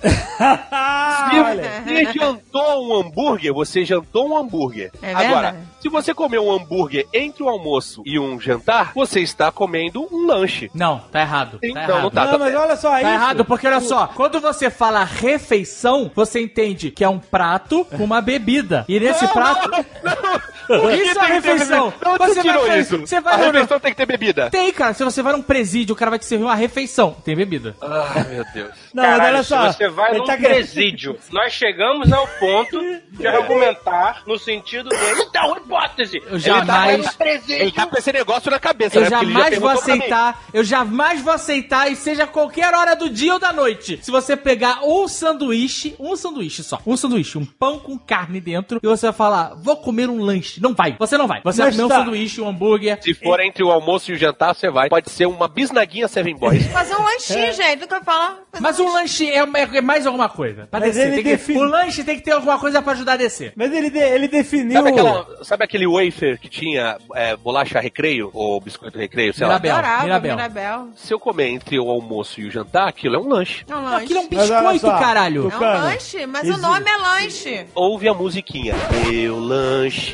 se você jantou um hambúrguer, você jantou um hambúrguer. É Agora, verdade. se você comer um hambúrguer entre o almoço e um jantar, você está comendo um lanche. Não, tá errado. Sim, Tá não, errado. não tá. Não, mas olha só, é Tá isso. errado, porque olha só, quando você fala refeição, você entende que é um prato com uma bebida. E nesse prato. Isso é Tem que ter refeição. bebida. Não, você tirou vai, isso. Você vai A refeição tem que ter bebida. Tem, cara. Se você vai num presídio, o cara vai te servir uma refeição. Tem bebida. Ai, meu Deus. Não, mas Caralho, olha se só. você vai ele num tá querendo- presídio, nós chegamos ao ponto de argumentar no sentido dele. Então, hipótese! Eu jamais- Ele tá no presídio. Ele tá com esse negócio na cabeça, Eu né? Porque ele já jamais vou perguntou pra mim. aceitar, eu jamais vou aceitar, e seja qualquer hora do dia ou da noite. Se você pegar um sanduíche, um sanduíche só, um sanduíche, um pão com carne dentro, e você vai falar, vou comer um lanche. Não vai, você não vai. Você vai Mas comer um tá. sanduíche, um hambúrguer. Se for entre o almoço e o jantar, você vai. Pode ser uma bisnaguinha Seven Boys. Fazer um É. lanchinho, gente. Nunca fala. Mas um lanche é, é mais alguma coisa. Pra Mas descer, ele tem que- define- O lanche tem que ter alguma coisa pra ajudar a descer. Mas ele, de- ele definiu. Sabe, aquela- sabe aquele wafer que tinha é, bolacha recreio? Ou biscoito recreio, sei lá. Mirabel, Adorava, Mirabel. Mirabel. Se eu comer entre o almoço e o jantar, aquilo é um lanche. É um Não, lanche. aquilo é um Mas olha biscoito, só, caralho. tu- É um Cara, lanche, mas o existe. nome é lanche. Ouve a musiquinha. Meu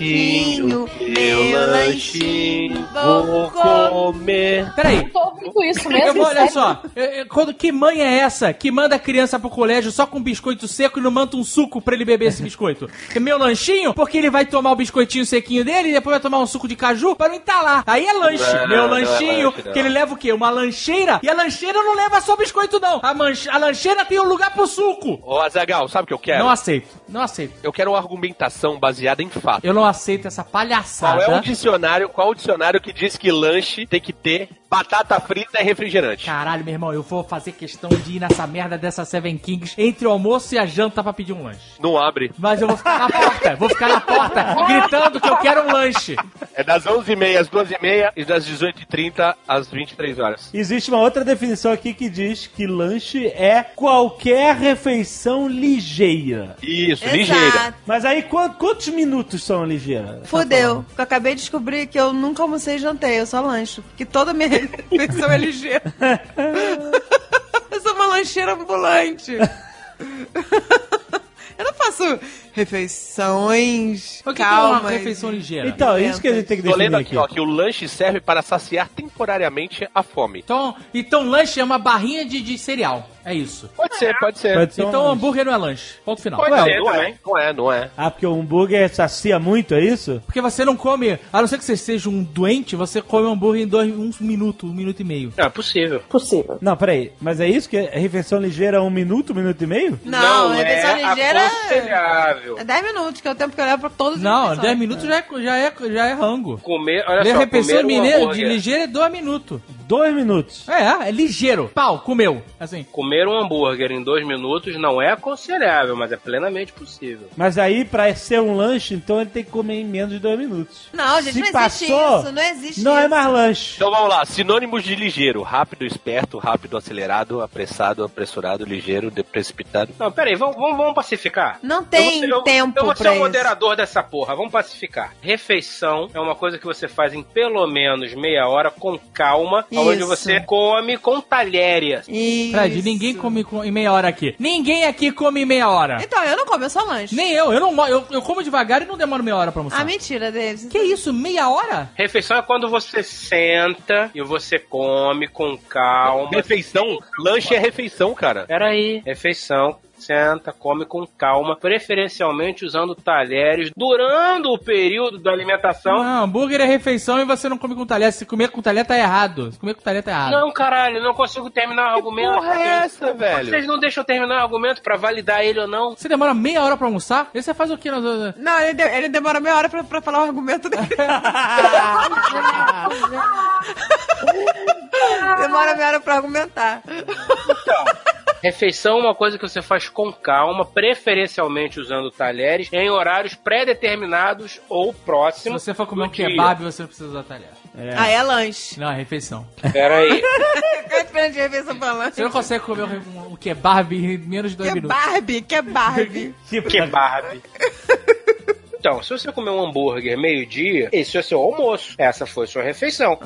lanchinho, meu lanchinho, vou comer. Peraí, Eu tô ouvindo isso mesmo. Eu vou, olha sério? só, é, é, quando, que mãe é essa que manda a criança pro colégio só com biscoito seco e não manda um suco pra ele beber esse biscoito? É meu lanchinho? Porque ele vai tomar o biscoitinho sequinho dele e depois vai tomar um suco de caju pra não entalar. Aí é lanche. Não, meu não é lanchinho, lanche, não. que ele leva o quê? Uma lancheira? E a lancheira não leva só biscoito, não. A, manche- a lancheira tem um lugar pro suco. Ô, Azagal, sabe o que eu quero? Não aceito, não aceito. Eu quero uma argumentação baseada em fato. Eu não aceito essa Qual palhaçada. é o dicionário? Qual o dicionário que diz que lanche tem que ter batata frita e refrigerante? Caralho, meu irmão, eu vou fazer questão de ir nessa merda dessa Seven Kings entre o almoço e a janta pra pedir um lanche. Não abre. Mas eu vou ficar na porta, vou ficar na porta, gritando que eu quero um lanche. É das 11h30 às 12h30 e das 18h30 às 23 horas. Existe uma outra definição aqui que diz que lanche é qualquer refeição ligeira. Isso, é ligeira. Exato. Mas aí qua- quantos minutos são ligeira? Fudeu. Porque eu acabei de descobrir que eu nunca almocei e jantei, eu só lancho. Porque toda minha refeição é ligeira. eu sou uma lancheira ambulante. eu não faço refeições. O que que é calma. uma refeição ligeira? Então, Então, isso que a gente tem que Tô lendo definir aqui, aqui. ó, que o lanche serve para saciar temporariamente a fome. então, lanche é uma barrinha de, de cereal. É isso. Pode ser, pode ser. Pode ser um Então lanche. hambúrguer não é lanche. Ponto final. Pode Não, ser não também. é, não é, não é. Ah, porque o hambúrguer sacia muito, é isso? Porque você não come, a não ser que você seja um doente, você come hambúrguer em dois, um minuto, um minuto e meio. Não, é possível. Possível. Não, peraí. Mas é isso que é refeição ligeira um minuto, um minuto e meio? Não, é. refeição ligeira aconselhável. é 10 minutos, que é o tempo que eu levo pra todos os Não, 10 minutos já é, já é, já é rango. Comer, olha Ler só, refeição comer um mineira de hambúrguer. ligeiro é 2 minutos. Dois minutos. É, é ligeiro. Pau, comeu. Assim. Comer um hambúrguer em dois minutos não é aconselhável, mas é plenamente possível. Mas aí, pra ser um lanche, então ele tem que comer em menos de dois minutos. Não, gente, Se não existe passou, isso, não existe Não é isso. mais lanche. Então vamos lá, sinônimos de ligeiro, rápido, esperto, rápido, acelerado, apressado, pressurado, ligeiro, de- precipitado. Não, peraí, vamos, vamos, vamos pacificar. Não tem eu então vou ser- eu- tempo Eu vou ser pra o isso. um moderador dessa porra, vamos pacificar. Refeição é uma coisa que você faz em pelo menos meia hora, com calma, Isso. onde você come com talheres. Isso. Fred, ninguém come com- em meia hora aqui. Ninguém aqui come em meia hora. Então, eu não como, eu só lanche. Nem eu, eu não mo- eu, eu como devagar e não demoro meia hora pra almoçar. Ah, mentira, Davis. Que isso, meia hora? Refeição é quando você senta e você come com calma. Refeição, lanche é refeição, cara. Peraí. Refeição. Senta, come com calma, preferencialmente usando talheres durante o período da alimentação. Não, hambúrguer é refeição e você não come com talher. Se comer com talher tá errado. Se comer com talher tá Ah. errado. Não, caralho, não consigo terminar o argumento. porra é essa, velho? Vocês não deixam eu terminar o argumento pra validar ele ou não? Você demora meia hora pra almoçar? E você faz o quê? nas- Não, ele, de- ele demora meia hora pra, pra falar o argumento dele. demora meia hora pra argumentar. Refeição é uma coisa que você faz com calma, preferencialmente usando talheres, em horários pré-determinados ou Se próximos. você for comer um do dia. kebab, você não precisa usar talher. Ah, é lanche. Não, é refeição. Peraí. Fica esperando de refeição pra lanche. Você não consegue comer um, um kebab em menos de dois Que é minutos. Barbie, que é Barbie. Kebab. Então, se você comer um hambúrguer meio-dia, esse é seu almoço. Essa foi sua refeição.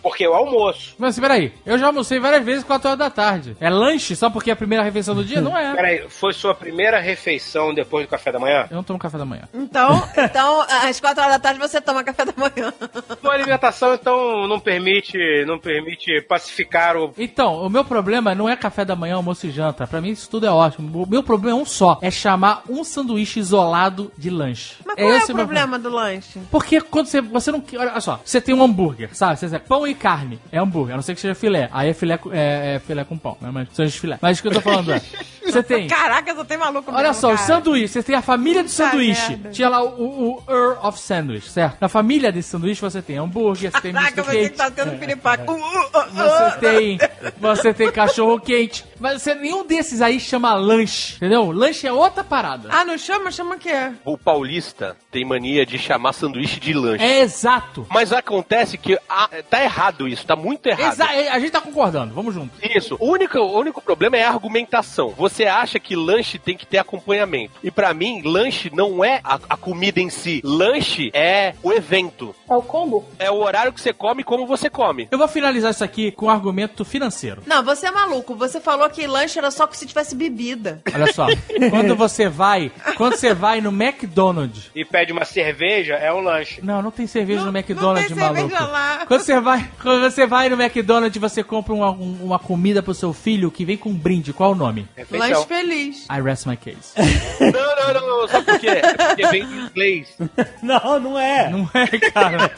Porque é o almoço. Mas assim, peraí, eu já almocei várias vezes 4 horas da tarde. É lanche só porque é a primeira refeição do dia? Não é. Peraí, foi sua primeira refeição depois do café da manhã? Eu não tomo café da manhã. Então, então, às quatro horas da tarde você toma café da manhã. Sua alimentação, então, não permite, não permite pacificar o. Então, o meu problema não é café da manhã, almoço e janta. Pra mim isso tudo é ótimo. O meu problema é um só: é chamar um sanduíche isolado de lanche. Mas qual é, esse o meu problema do lanche? Porque quando você. Você não. Olha só, você tem um hambúrguer, sabe? Você, pão e carne. É hambúrguer, a não ser que seja filé. Aí é filé, com- é, é filé com pão, né? Mas são os filé. Mas o que eu tô falando é. Você tem. Caraca, só tem maluco Olha mesmo, só, o cara. é, sanduíche. Você tem a família do Puta sanduíche. merda. Tinha lá o, o Earl of Sandwich, certo? Na família desse sanduíche você tem hambúrguer, você tem Caraca, misto você quente. que tá tendo piripaco. Uh, uh, É. Você uh, uh. tem, você tem cachorro quente. Mas você, nenhum desses aí chama lanche, entendeu? Lanche é outra parada. Ah, não chama? Chama o quê? O paulista tem mania de chamar sanduíche de lanche. É exato. Mas acontece que ah, tá errado isso, tá muito errado. Exa a gente tá concordando, vamos junto. Isso. O único, o único problema é a argumentação. Você acha que lanche tem que ter acompanhamento. E pra mim, lanche não é a, a comida em si. Lanche é o evento. É o combo? É o horário que você come e como você come. Eu vou finalizar isso aqui com um argumento financeiro. Não, você é maluco. Você falou que lanche era só se tivesse bebida. Olha só, quando você vai, quando você vai no McDonald's. E pede uma cerveja, é um lanche. Não, não tem cerveja Não- no McDonald's, não tem cerveja maluco. lá. Quando você vai, quando você vai no McDonald's, você compra uma, um- uma comida pro seu filho que vem com um brinde. Qual é o nome? Lanche Refeição. feliz. I rest my case. Não, não, não, não. Sabe por quê? É porque vem em inglês. Não, não é. Não é, cara.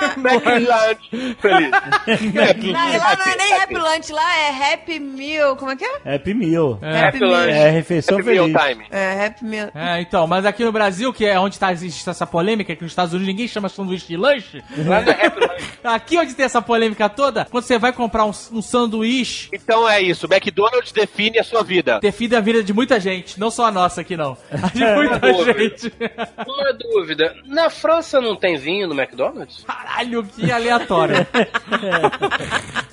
é McLunch. Feliz. Não, lá não é nem happy lunch, lá é happy meal. Como é que é? Happy Meal. É. Happy lunch. É, refeição Happy meal feliz. time. É, happy meal. É, então, mas aqui no Brasil, que é onde tá, existe essa polêmica, que nos Estados Unidos ninguém chama sanduíche de lanche. Lá é, no Happy Lunch. Aqui onde tem essa polêmica toda, quando você vai comprar um, um sanduíche Então é isso. McDonald's define a sua vida. ter fim a vida de muita gente, não só a nossa aqui não. A de Boa, muita gente. Uma dúvida. Na França não tem vinho no McDonald's? Caralho, que aleatório.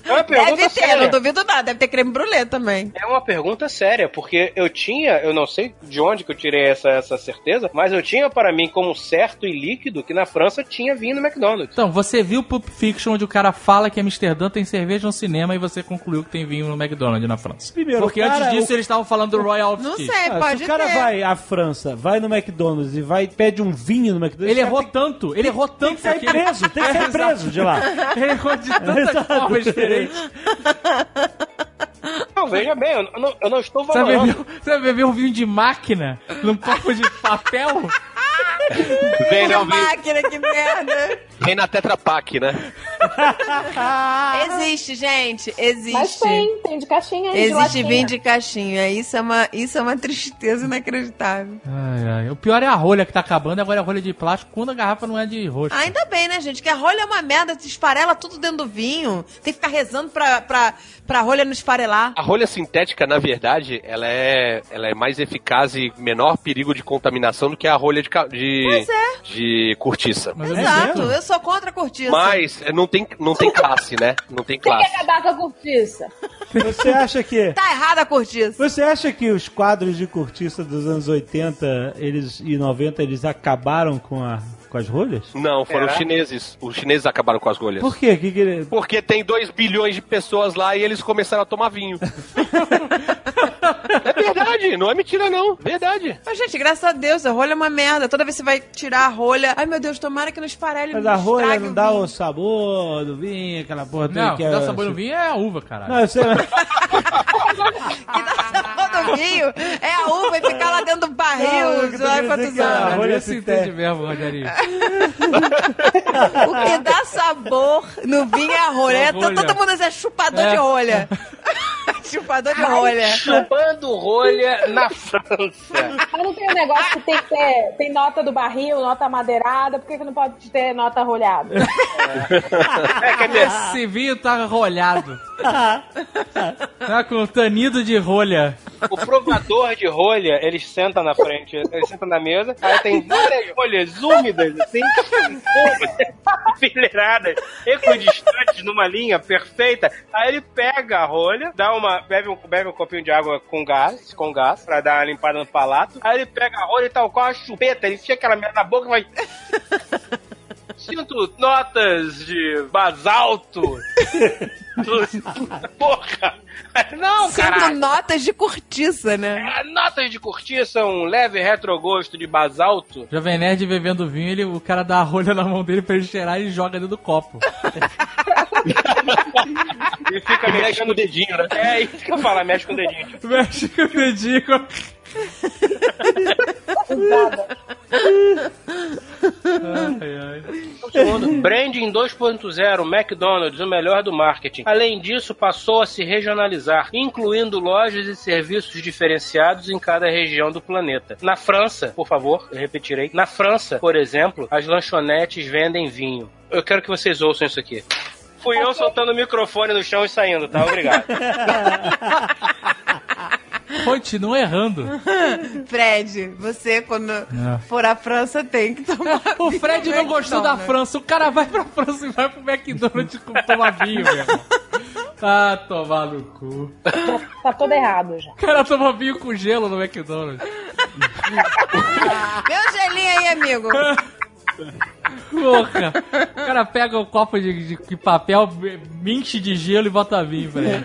É Deve uma pergunta ter, não séria. duvido nada. Deve ter creme brulee também. É uma pergunta séria, porque eu tinha, eu não sei de onde que eu tirei essa, essa certeza, mas eu tinha para mim como certo e líquido que na França tinha vinho no McDonald's. Então, você viu Pulp Fiction onde o cara fala que Amsterdã tem cerveja no cinema e você concluiu que tem vinho no McDonald's na França. Primeiro, Porque cara, antes disso o- eles estavam falando do Royal Não Oak. sei, Ah, É, pode se o cara ter. vai à França, vai no McDonald's e vai pede um vinho no McDonald's, Ele esse errou cara tanto, ele errou Tem, tem tanto que sair preso, tem que É, sair exato. preso de lá. Ele errou de tantas Exato. formas diferentes. Não, veja bem, eu não, eu não estou Você vai valorando. beber, você vai beber um vinho de máquina num copo de papel? Vem, Que não, vem, máquina, que merda. vem na Tetra Pak, né? Existe, gente, existe. Mas tem, tem de caixinha aí, de Existe latinha. vinho de caixinha. Isso é uma, isso é uma tristeza inacreditável. Ai, ai. O pior é a rolha que tá acabando, agora é a rolha de plástico quando a garrafa não é de roxo. Ainda bem, né, gente? Que a rolha é uma merda, te esfarela tudo dentro do vinho. Tem que ficar rezando pra, pra, pra rolha não esfarelar. Ah, A rolha sintética, na verdade, ela é, ela é mais eficaz e menor perigo de contaminação do que a rolha de, ca- de, Pois é. de cortiça. Mas eu- Exato, eu sou contra a cortiça. Mas é, não tem, não tem classe, né? Não tem Tem que classe. acabar com a cortiça. Você acha que. Tá errada a cortiça. Você acha que os quadros de cortiça dos anos 80 eles, e 90 eles acabaram com, a, com as rolhas? Não, foram Será? os chineses. Os chineses acabaram com as rolhas. Por quê? Que que ele- Porque tem 2 bilhões de pessoas lá e eles começaram a tomar vinho. é verdade, não é mentira não. Verdade. Mas, gente, graças a Deus, a rolha é uma merda. Toda vez que você vai tirar a rolha, ai meu Deus, tomara que não esfarele. Mas não a rolha estrague não o dá vinho. o sabor do vinho, aquela porra toda Não, Ah, que que dá sabor no assim. vinho é a uva, caralho. Não, eu sei, mas- Que dá sabor do vinho é a uva e ficar lá dentro do Não, eu barril, que sei lá tô quantos dizendo que é a anos. rolha Olha se se entende tem. mesmo, Rogério. O que dá sabor no vinho é a rolha. É a É, rolha. Todo mundo é chupador É. de rolha. chupador de rolha. Chupando rolha na França. Mas não tem um negócio que tem que ter tem nota do barril, nota madeirada, por que, que não pode ter nota rolhada? Esse vinho tá rolhado. tá com tanido de rolha. O provador de rolha, ele senta na frente, ele senta na mesa, aí tem várias rolhas úmidas, assim, enfileiradas, equidistantes numa linha perfeita. Aí ele pega a rolha, dá uma, bebe um, bebe um copinho de água com gás, com gás, pra dar uma limpada no palato. Aí ele pega a rolha e tal qual a chupeta, ele enfia aquela merda na boca e vai... Sinto notas de basalto. Porra! Não, cara! Sinto notas de cortiça, né? Ah, Notas de cortiça, um leve retrogosto de basalto. Jovem Nerd bebendo vinho, ele, o cara dá a rolha na mão dele pra ele cheirar e joga dentro do copo. E Mexe fica com mexendo o Ah, dedinho, né? É, isso que eu falo, mexe com o dedinho. Mexe com o dedinho. Segundo, Branding 2.0, McDonald's, o melhor do marketing. Além disso, passou a se regionalizar, incluindo lojas e serviços diferenciados em cada região do planeta. Na França, por favor, eu repetirei. Na França, por exemplo, as lanchonetes vendem vinho. Eu quero que vocês ouçam isso aqui. Fui eu soltando o microfone no chão e saindo, tá? Obrigado. Continua errando. Fred, você, quando for à França, tem que tomar. O Fred não vinho, gostou da É. né? França. O cara vai pra França e vai pro McDonald's com- tomar vinho, meu irmão. Ah, tomar no cu. Já tá todo errado já. O cara toma vinho com gelo no McDonald's. Dê um gelinho aí, amigo. Porra! O cara pega um copo de, de- de papel, minche de gelo e bota vinho, velho.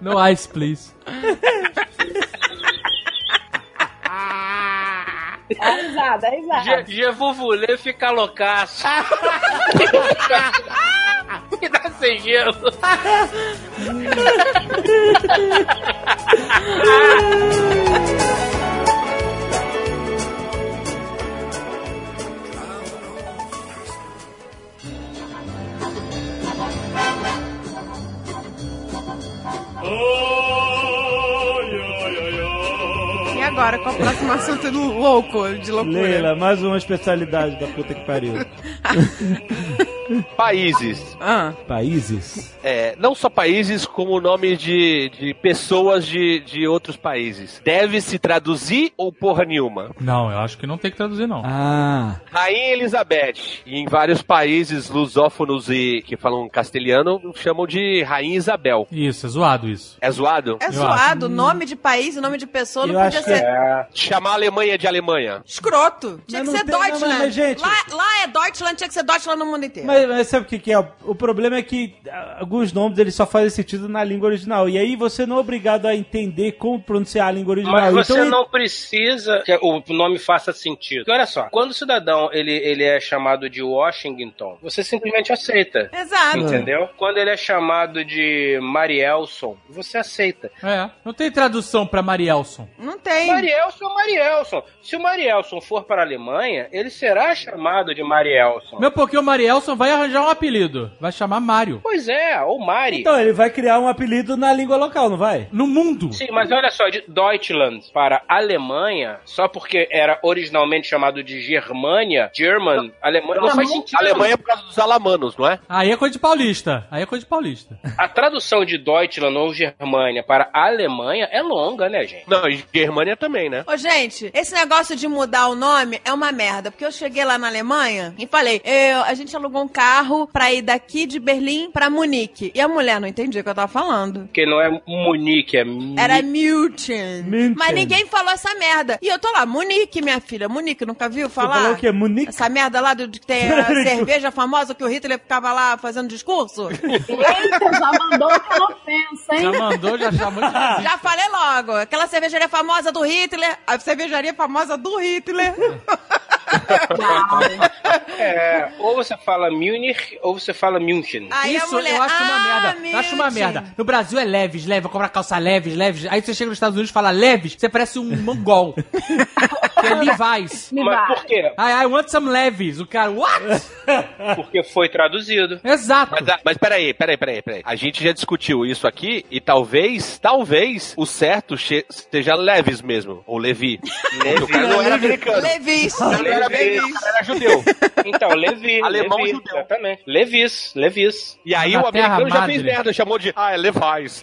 No ice, please. É risada, é risada. Je, je vous voulais ficar loucaço. Me dá sem gelo. E agora, qual o próximo assunto do louco, de loucura? Leila, mais uma especialidade da puta que pariu. Países. Ah, Países? É, não só países, como nome de, de pessoas de, de outros países. Deve se traduzir ou porra nenhuma? Não, eu acho que não tem que traduzir, não. Ah, Rainha Elizabeth. E em vários países lusófonos e que falam castelhano, chamam de Rainha Isabel. Isso, é zoado isso. É zoado? é zoado. Nome de país, nome de pessoa não Eu podia acho que ser Chamar a Alemanha de Alemanha. escroto. Tinha Mas que não ser tem- não, mas, Deutschland. mas, gente- Lá, lá é Deutschland, tinha que ser Deutschland no mundo inteiro. mas mas, mas sabe o que, que é? O problema é que ah, alguns nomes eles só fazem sentido na língua original. E aí você não é obrigado a entender como pronunciar a língua original. Mas você então, não precisa que o nome faça sentido. Porque olha só, quando o cidadão ele, ele é chamado de Washington, você simplesmente aceita. Exato. Entendeu? Quando ele é chamado de Marielson, você aceita. É, não tem tradução pra Marielson. Não tem. Marielson é Marielson. Se o Marielson for para a Alemanha, ele será chamado de Marielson. Meu, porque o Marielson vai arranjar um apelido. Vai chamar Mário. Pois é, ou Mari. então, ele vai criar um apelido na língua local, não vai? No mundo. Sim, mas olha só, de Deutschland para Alemanha, só porque era originalmente chamado de Germânia, German, Alemanha, não Então, faz sentido. Alemanha é por causa dos alamanos, não é? Aí é coisa de paulista. Aí é coisa de paulista. A tradução de Deutschland ou Germânia para Alemanha é longa, né, gente? Não, e Germânia também, né? Ô, gente, esse negócio de mudar o nome é uma merda. Porque eu cheguei lá na Alemanha e falei, eu- a gente alugou um carro pra ir daqui de Berlim pra Munique. E a mulher não entendia o que eu tava falando. Porque não é Munique, é Mi- Era Milton. München. Mas ninguém falou essa merda. E eu tô lá, Munique, minha filha. Munique, nunca viu falar? Falar o quê? é Munique? Essa merda lá do, de que tem a cerveja famosa que o Hitler ficava lá fazendo discurso? Eita, já mandou aquela ofensa, Já hein? mandou, já chamou de nazista. Já falei logo. Aquela cervejaria famosa do Hitler. A cervejaria famosa do Hitler. É, ou você fala Munich ou você fala München. Aí a Isso mulher, eu acho uma "Ah, merda. Eu acho uma Milton." merda. No Brasil é leves, leve, comprar calça leves, leves. Aí você chega nos Estados Unidos e fala leves, você parece um mongol. que é Levi's. Me Mas dá. por quê? I, I want some leves. O cara, what? Porque foi traduzido. Exato. Mas, ah, mas peraí, peraí, peraí, peraí. A gente já discutiu isso aqui e talvez, talvez, o certo che- seja Leves mesmo, ou Levi. Porque O cara não era americano. Levis. Ele era Levis. americano, era judeu. Então, Levi. Alemão Levi, judeu. Exatamente. Levis, Levis. E aí Na o americano terra já fez madre. merda, chamou de. Ah, é Levi's, Levi's.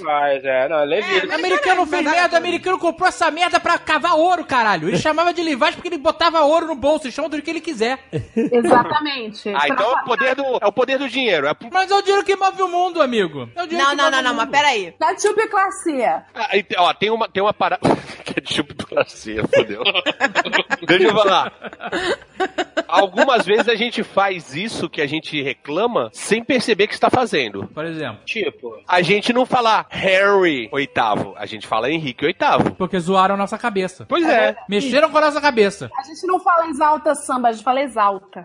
Levi's, é, não, é Levis. O americano fez merda, o americano comprou essa merda pra cavar ouro, caralho. Ele chamava de Levi's porque ele botava ouro no bolso, ele chama do que ele quiser. Exatamente. Ah, então é o poder do, é o poder do dinheiro. É, Mas é o dinheiro que move o mundo, amigo. É o dinheiro Não, não, que move não, o não, mundo. mas peraí. Da tubiclacia. Ah, ent- ó, tem uma, tem uma parada. que é de chupacracia, fodeu. Deixa eu falar. Algumas vezes a gente faz isso que a gente reclama sem perceber que está fazendo. Por exemplo, Tipo, A gente não fala Harry oitavo, a gente fala Henrique oitavo. porque zoaram a nossa cabeça. Pois é. Mexeram com a nossa cabeça. A gente não fala exalta samba, a gente fala exalta.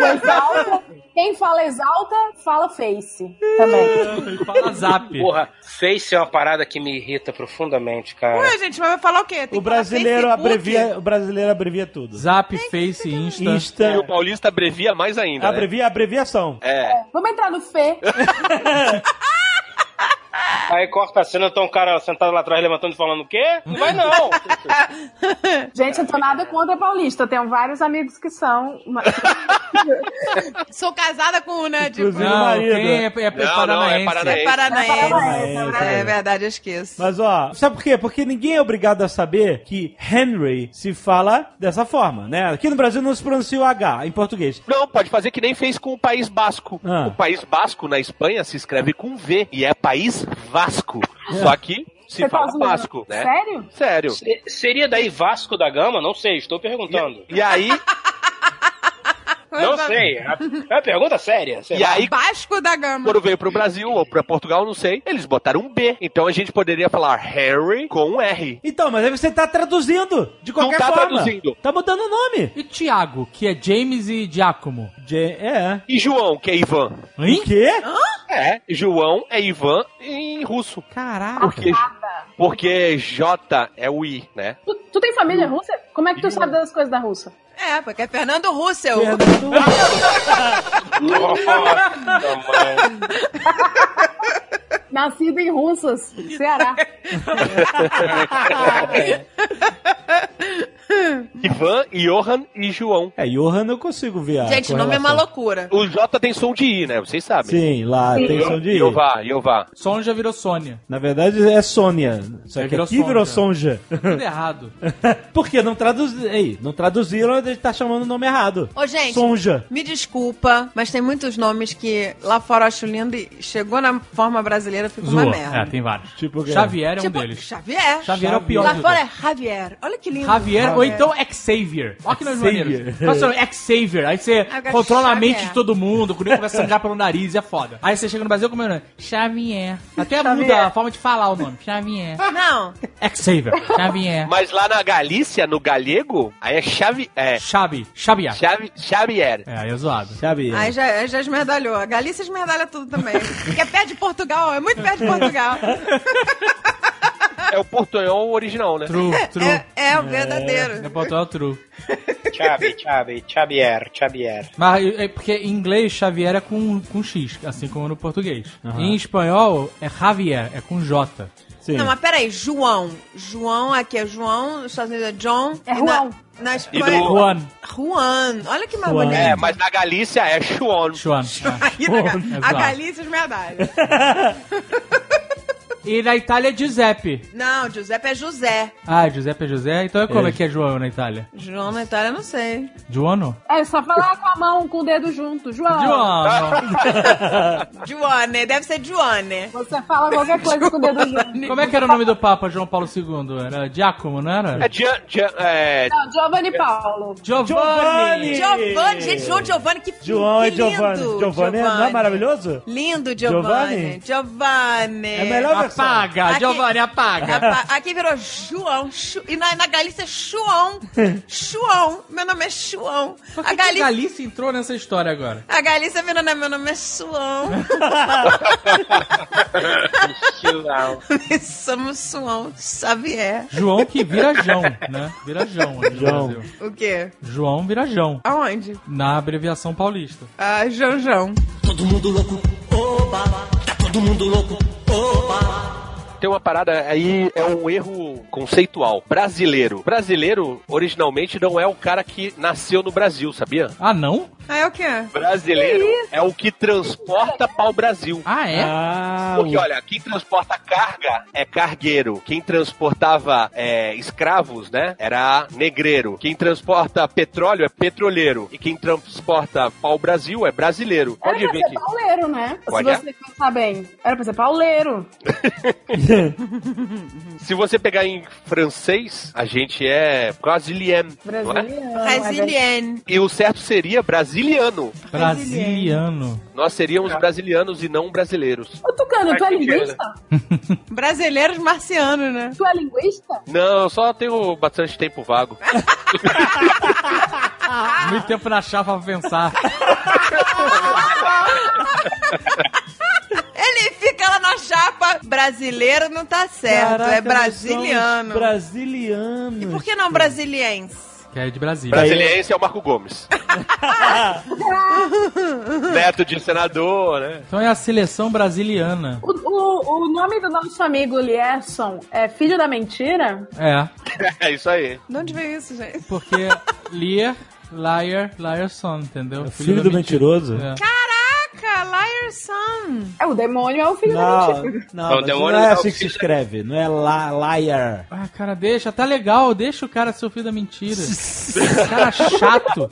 O exalta quem fala exalta, fala face também. Fala zap. porra, Face é uma parada que me irrita profundamente, cara. Ué, gente, mas vai falar o quê? Tem que O falar brasileiro, Facebook? abrevia, o brasileiro abrevia tudo. Zap, Face, Insta. E Insta. o paulista abrevia mais ainda. né? Abrevia, abreviação. É. Vamos entrar no Fê. Aí corta a cena, tá um cara sentado lá atrás levantando e falando o quê? Não vai não. Gente, eu tô nada contra paulista. Eu tenho vários amigos que são. mas- Sou casada com, né, de Inclusive, Não, marido. quem é, é, é Não, não, é paranaense. paranaense. paranaense. Paranaense, É verdade, eu esqueço. Mas ó, sabe por quê? Porque ninguém é obrigado a saber que Henry se fala dessa forma, né? Aqui no Brasil não se pronuncia o H em português. Não, pode fazer que nem fez com o País Basco. Ah. O País Basco na Espanha se escreve com V e é País Vasco. Só que se Você tá fala zoando. Basco, né? Sério? Sério. Se- Seria daí Vasco da Gama? Não sei, estou perguntando. E aí, Não sei. É uma pergunta séria. sei e lá. aí Basco da Gama. quando veio pro Brasil ou pra Portugal, não sei, eles botaram um B. Então a gente poderia falar Harry com um R. Então, mas aí você tá traduzindo de qualquer tá forma. traduzindo. Tá mudando o nome. E Tiago, que é James e Giacomo. Je- é. E João, que é Ivan. Hein? O quê? Ah, É, João é Ivan em russo. Caraca. Porque, porque J é o I, né? Tu, tu tem família russa? Como é que tu sabe das coisas da Rússia? É, porque é Fernando Russell. Fernando- Nossa, mãe. Nascido em Russas, Ceará. Ivan, Johan e João. É, Johan eu consigo ver. a Gente, o nome é uma correlação. loucura. O J tem som de I, né? Vocês sabem. Sim, lá, tem som de I. Iová, Iová. Sonja virou Sônia. Na verdade é Sônia. Só Aí que virou aqui virou Sonja. Tudo errado. Porque não traduziram. Ei, não traduziram, ele tá chamando o nome errado. Ô, gente. Sonja. Me desculpa, mas tem muitos nomes que lá fora eu acho lindo e chegou na forma brasileira ficou uma merda. tem vários. Tipo o quê? Xavier é um É, Tipo, deles. Xavier. Xavier é o pior Lá de fora todos. é Javier. Olha que lindo. Javier, ou então Xavier. Olha que nós Xavier. maneiros. Qual é o seu nome? Xavier. Aí você Agora, controla a mente Xavier. de todo mundo, o Coringa começa a sangrar pelo nariz, é foda. Aí você chega no Brasil como é o nome? Xavier. Até muda a forma de falar o nome. Xavier. Não, Xavier. Xavier. Mas lá na Galícia, no galego, aí é chave. É. Xabi. Xabiá. Chave, Xavier. É, aí é zoado. Sabe? aí já, aí já esmerdalhou. A Galícia esmerdalha tudo também. Porque é perto de Portugal, é muito perto de Portugal. É o portunhol original, né? True, true. É, é o verdadeiro. É botou true. Chabi, Chabi, Xavier, Xavier. Mas é porque em inglês Xavier é com, com X, assim como no português. Em espanhol é Javier, é com J. Sim. Não, mas peraí, João. João aqui é João, nos Estados Unidos é John. É E Juan. Na, na E Espanha. é do. Juan. Juan. Olha que mais Juan. bonito. É, mas na Galícia é Chuan. Juan. Aí na- Juan, é a exato. Galícia esmerdalha. E na Itália é Giuseppe. Não, Giuseppe é José. Ah, Giuseppe é José. Então é como é, que é João na Itália? João na Itália, não sei. Joano? É só falar com a mão, com o dedo junto. João, João. Joane, deve ser Joane. você fala qualquer coisa com o dedo junto. Como é que era o nome do Papa João Paulo II? Era Giacomo, não É era? Gian, Gian, é, Não, Giovanni Paulo. Giovanni! Giovanni, gente, João Giovanni, que João que e lindo. Giovanni. Giovanni é- não é maravilhoso? Lindo, Giovanni. Giovanni. É a melhor versão. Apaga, Aqui- Giovanni, apaga. Apa- Aqui virou João. Chu- E na, na Galícia é João. João. Meu nome é João. Por que A que a Galícia... Galícia entrou nessa história agora? A Galícia virou, né? Meu nome é João. Somos João Xavier. João que vira João, né? Vira João. aqui no João. Brasil. O quê? João vira João. Aonde? Na abreviação paulista. Ah, João João. tem uma parada aí, é um erro conceitual. Brasileiro. Brasileiro, originalmente, não é o cara que nasceu no Brasil, sabia? Ah, não? Ah, é o quê? Brasileiro é o que transporta para o Brasil. Ah, é? Ah, Porque, o- olha, quem transporta carga é cargueiro. Quem transportava é, escravos, né? Era negreiro. Quem transporta petróleo é petroleiro. E quem transporta pau-brasil é brasileiro. Era Pode pra ver ser que. pauleiro, né? Pode é? Se você pensar bem. Era pra ser pauleiro. Se você pegar em francês, a gente é brasileiro. não é? Brasiliano. é verdade. Brasiliane. E o certo seria brasiliano. Brasiliano. Nós seríamos brasilianos e não brasileiros. Ô, Tucano, tu é Ai, que linguista? Brasileiros marcianos, né? Tu é linguista? Não, eu só tenho bastante tempo vago. Muito tempo na chapa pra pensar. Ele fica lá na chapa. Brasileiro não tá certo. caraca, é nós brasiliano. somos Brasilianos. E por que não brasiliense? Que é de Brasília. Brasiliense é o Marco Gomes. Neto de senador, né? Então é a seleção brasiliana. O, o, o nome do nosso amigo Lierson é Filho da Mentira? É, É isso aí. De onde veio isso, gente? porque Lear, liar, liarson, entendeu? É Filho do mentiroso? É. Caraca, Liarson. É, o demônio é o filho da Não, mentira. não, Então, mas não demônio é não, assim que se filho- escreve. Não é la, liar. Ah, cara, deixa, tá legal, deixa o cara ser o filho da mentira. cara chato.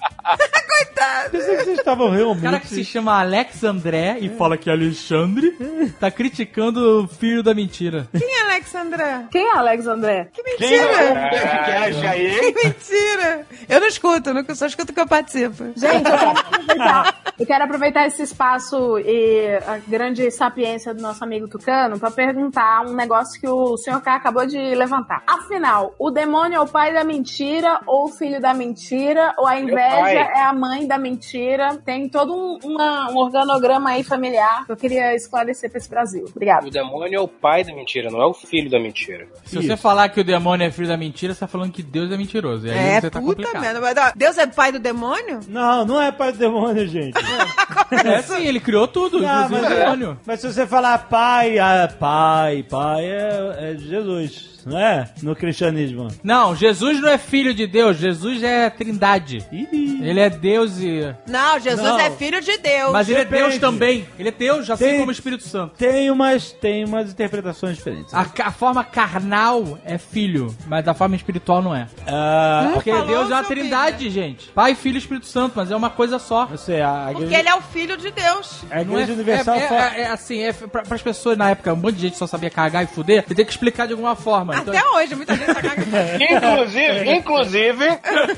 Pensei que vocês estavam O realmente... cara que se chama Alex André e fala que é Alexandre, tá criticando o filho da mentira. Quem é Alexandra? Quem é Alex André? Que mentira! aí? Que mentira! Eu não escuto, eu nunca- só escuto que eu participo. Gente, eu quero aproveitar, eu quero aproveitar esse espaço e a grande sapiência do nosso amigo Tucano pra perguntar um negócio que o senhor K acabou de levantar. Afinal, o demônio é o pai da mentira ou o filho da mentira ou a pai. inveja é a mãe da mentira? Tem todo um, uma- um organograma aí familiar que eu queria esclarecer pra esse Brasil. Obrigada. O demônio é o pai da mentira, não é o filho da mentira. Se você falar que o demônio é filho da mentira, você tá falando que Deus é mentiroso. E aí É, você tá puta complicado. merda. Mas, ó, Deus é pai do demônio? Não, não é pai do demônio, gente. É sim, ele criou tudo, Ah, inclusive o é. demônio. Mas se você falar pai, ah, pai, pai é, é Jesus, não é? No cristianismo. Não, Jesus não é filho de Deus, Jesus é trindade. Ih, Ele é Deus e. Não, Jesus Não. é filho de Deus. Mas ele é Depende. Deus também. Ele é Deus, assim Tem- como o Espírito Santo. tem umas, tem umas interpretações diferentes. A ca- a forma carnal é filho, mas da forma espiritual não é. Ah, Porque falou, Deus é uma seu trindade, gente. Pai, filho e Espírito Santo, mas é uma coisa só. eu sei, a, a Porque igreja, ele é o filho de Deus. a Não é, igreja universal é, fala- é, é assim, é pra, pras pessoas na época, um monte de gente só sabia cagar e fuder, você tem que explicar de alguma forma. Então, Até hoje, muita gente tá cagando. Inclusive, inclusive,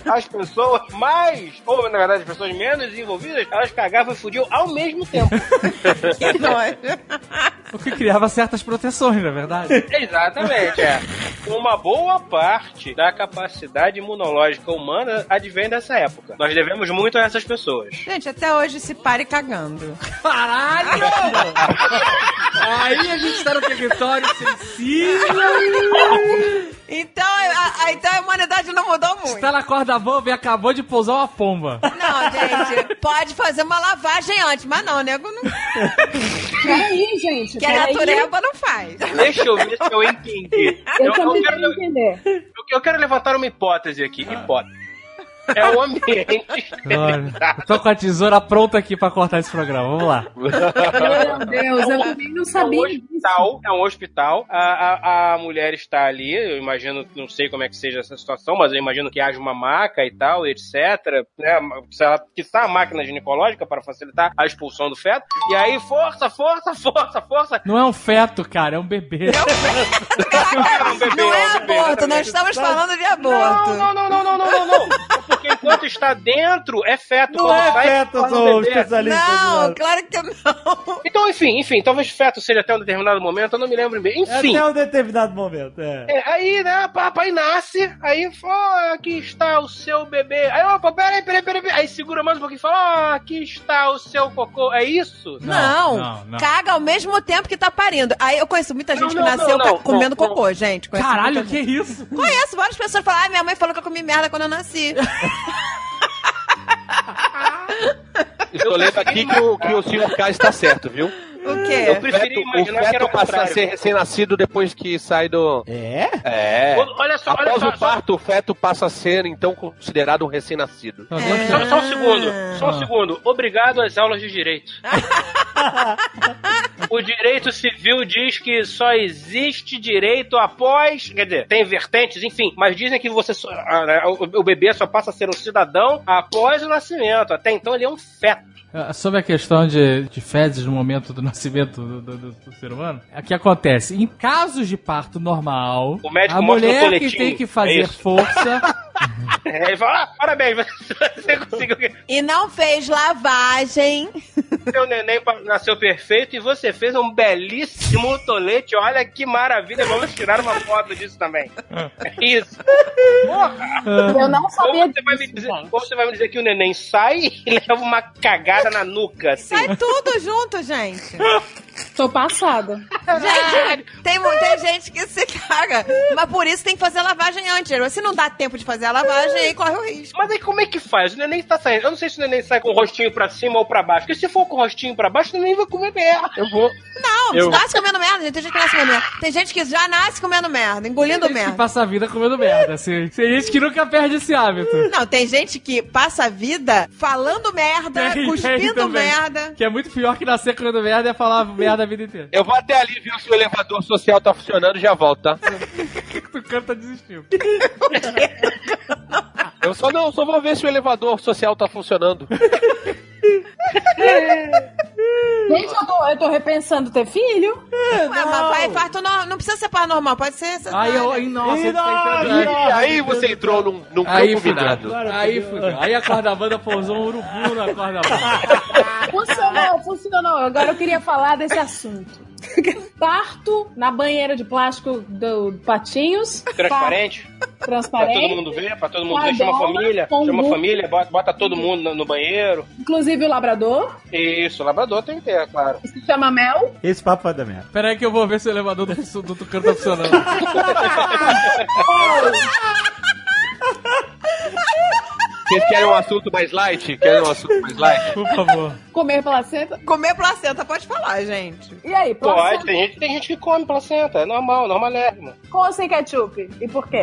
as pessoas mais, ou na verdade, as pessoas menos envolvidas, elas cagavam e fudiam ao mesmo tempo. Que nojo. o que criava certas proteções, na verdade. Exatamente, é. Uma boa parte da capacidade imunológica humana advém dessa época. Nós devemos muito a essas pessoas. Gente, até hoje se pare cagando. Caralho! Aí a gente tá no território sensível, Então a, a- então a humanidade não mudou muito. está tá na corda bamba e acabou de pousar uma pomba. Não, gente, pode fazer uma lavagem antes, mas não, nego não. Peraí, gente. Que a peraí. natureba não faz. Deixa eu ver se eu entendi. Eu Eu, eu também quero quero, entender. eu quero levantar uma hipótese aqui. Hipótese. É um ambiente Eu tô com a tesoura pronta aqui pra cortar esse programa, vamos lá. Meu Deus, eu tá também não É um sabia disso. hospital, é um hospital. A, a, a mulher está ali, eu imagino, não sei como é que seja essa situação, mas eu imagino que haja uma maca e tal, etc. Né? Se ela quiçá a máquina ginecológica para facilitar a expulsão do feto. E aí, força, força, força, força. Não é um feto, cara, é um bebê. Caraca, um bebê, Não é um bebê, aborto, nós exatamente. estamos falando de Não, aborto. não, não, não, não, não, não, não. É Porque enquanto está dentro, é feto. Não Quando é sai, feto, eu torna sou bebê. especialista. Não, Eduardo. claro que não. Então, enfim, enfim, talvez feto seja até um determinado momento, eu não me lembro É bem. Enfim. Até um determinado momento, é. É, aí, né, papai nasce, aí fala, "Ó, aqui está o seu bebê. Aí, opa, peraí, peraí, peraí, peraí. Aí segura mais um pouquinho e fala, ó, aqui está o seu cocô. É isso? Não, Não, não, não. caga ao mesmo tempo que tá parindo. Aí eu conheço muita gente Não, não, que nasceu não, não, ca- comendo não, cocô, gente. Conheço Caralho, muita que isso? gente. Conheço várias pessoas que falam, ah, minha mãe falou que eu comi merda quando eu nasci. Estou lendo aqui que o, que o senhor K está certo, viu? O Eu quê? preferia o imaginar que era feto o passa a contrário. ser recém-nascido depois que sai do... É? É. Olha olha só, olha Após só, o só, parto, o feto passa a ser, então, considerado um recém-nascido. Meu É. só, Deus. só um segundo, só um segundo. Obrigado às aulas de direito. o direito civil diz que só existe direito após, quer dizer, tem vertentes, enfim, mas dizem que você só- ah, né, o, o bebê só passa a ser um cidadão após o nascimento. Até então ele é um feto. Ah, Sobre a questão de, de fezes no momento do nascimento do, do- do- do ser humano, o que acontece? Em casos de parto normal, O médico a mostra mulher no que coletinho, tem que é fazer isso? força É, ele fala, ah, parabéns, você conseguiu que E não fez lavagem. seu neném pa- nasceu perfeito e você fez um belíssimo tolete. Olha que maravilha, vamos tirar uma foto disso também. É isso. Eu não Ou sabia você, vai me disso. dizer, ou você vai me dizer que o neném sai e leva uma cagada na nuca, assim. Sai tudo junto, gente. Tô passada. Gente, tem muita gente que se caga. Mas por isso tem que fazer a lavagem antes. Se não dá tempo de fazer a lavagem, aí corre o risco. Mas aí como é que faz? O neném tá saindo. Eu não sei se o neném sai com o rostinho pra cima ou pra baixo. Porque se for com o rostinho pra baixo, o neném vai comer merda. Eu vou. Não, Eu- nasce comendo merda, gente. Tem gente que nasce comendo merda. Tem gente que já nasce comendo merda, engolindo Tem gente que merda. passa a vida comendo merda. Assim. Tem gente que nunca perde esse hábito. Não, tem gente que passa a vida falando merda, Tem, tem Tá cuspindo também. merda. Que é muito pior que nascer comendo merda é falar merda a vida inteira. Eu vou até ali ver se o elevador social tá funcionando e já volto, tá? O cara tá desistindo. Eu só não, só vou ver se o elevador social tá funcionando. Gente, eu tô, eu tô repensando ter filho. Ué, mas vai, parto não, não precisa ser par normal, pode ser. ser- Aí eu. Ai, nossa, Ih, você tá nossa! E entrando. aí você entrou num, num Aí campo fudeu. minado. Aí fudeu. Aí a corda banda pousou um urubu na corda banda. Funcionou, funcionou. Agora eu queria falar desse assunto. Parto na banheira de plástico do Patinhos. Transparente. Parto Pra todo Transparente. mundo ver, pra todo mundo ver. Adoro, Chama a família. com Chama a muito. família, bota, bota todo mundo no, no banheiro. Inclusive o labrador. Isso, labrador tem que ter, claro. que Se chama Mel. Esse papo vai dar merda. Pera aí que eu vou ver se o elevador do, do, do Tucano tá funcionando. Vocês querem um assunto mais light? Querem um assunto mais light? Por favor. Comer placenta. Comer placenta, pode falar, gente. E aí, Pode, placenta tem gente, tem gente que come placenta. É normal, normalérrimo. com ou sem ketchup? E por quê?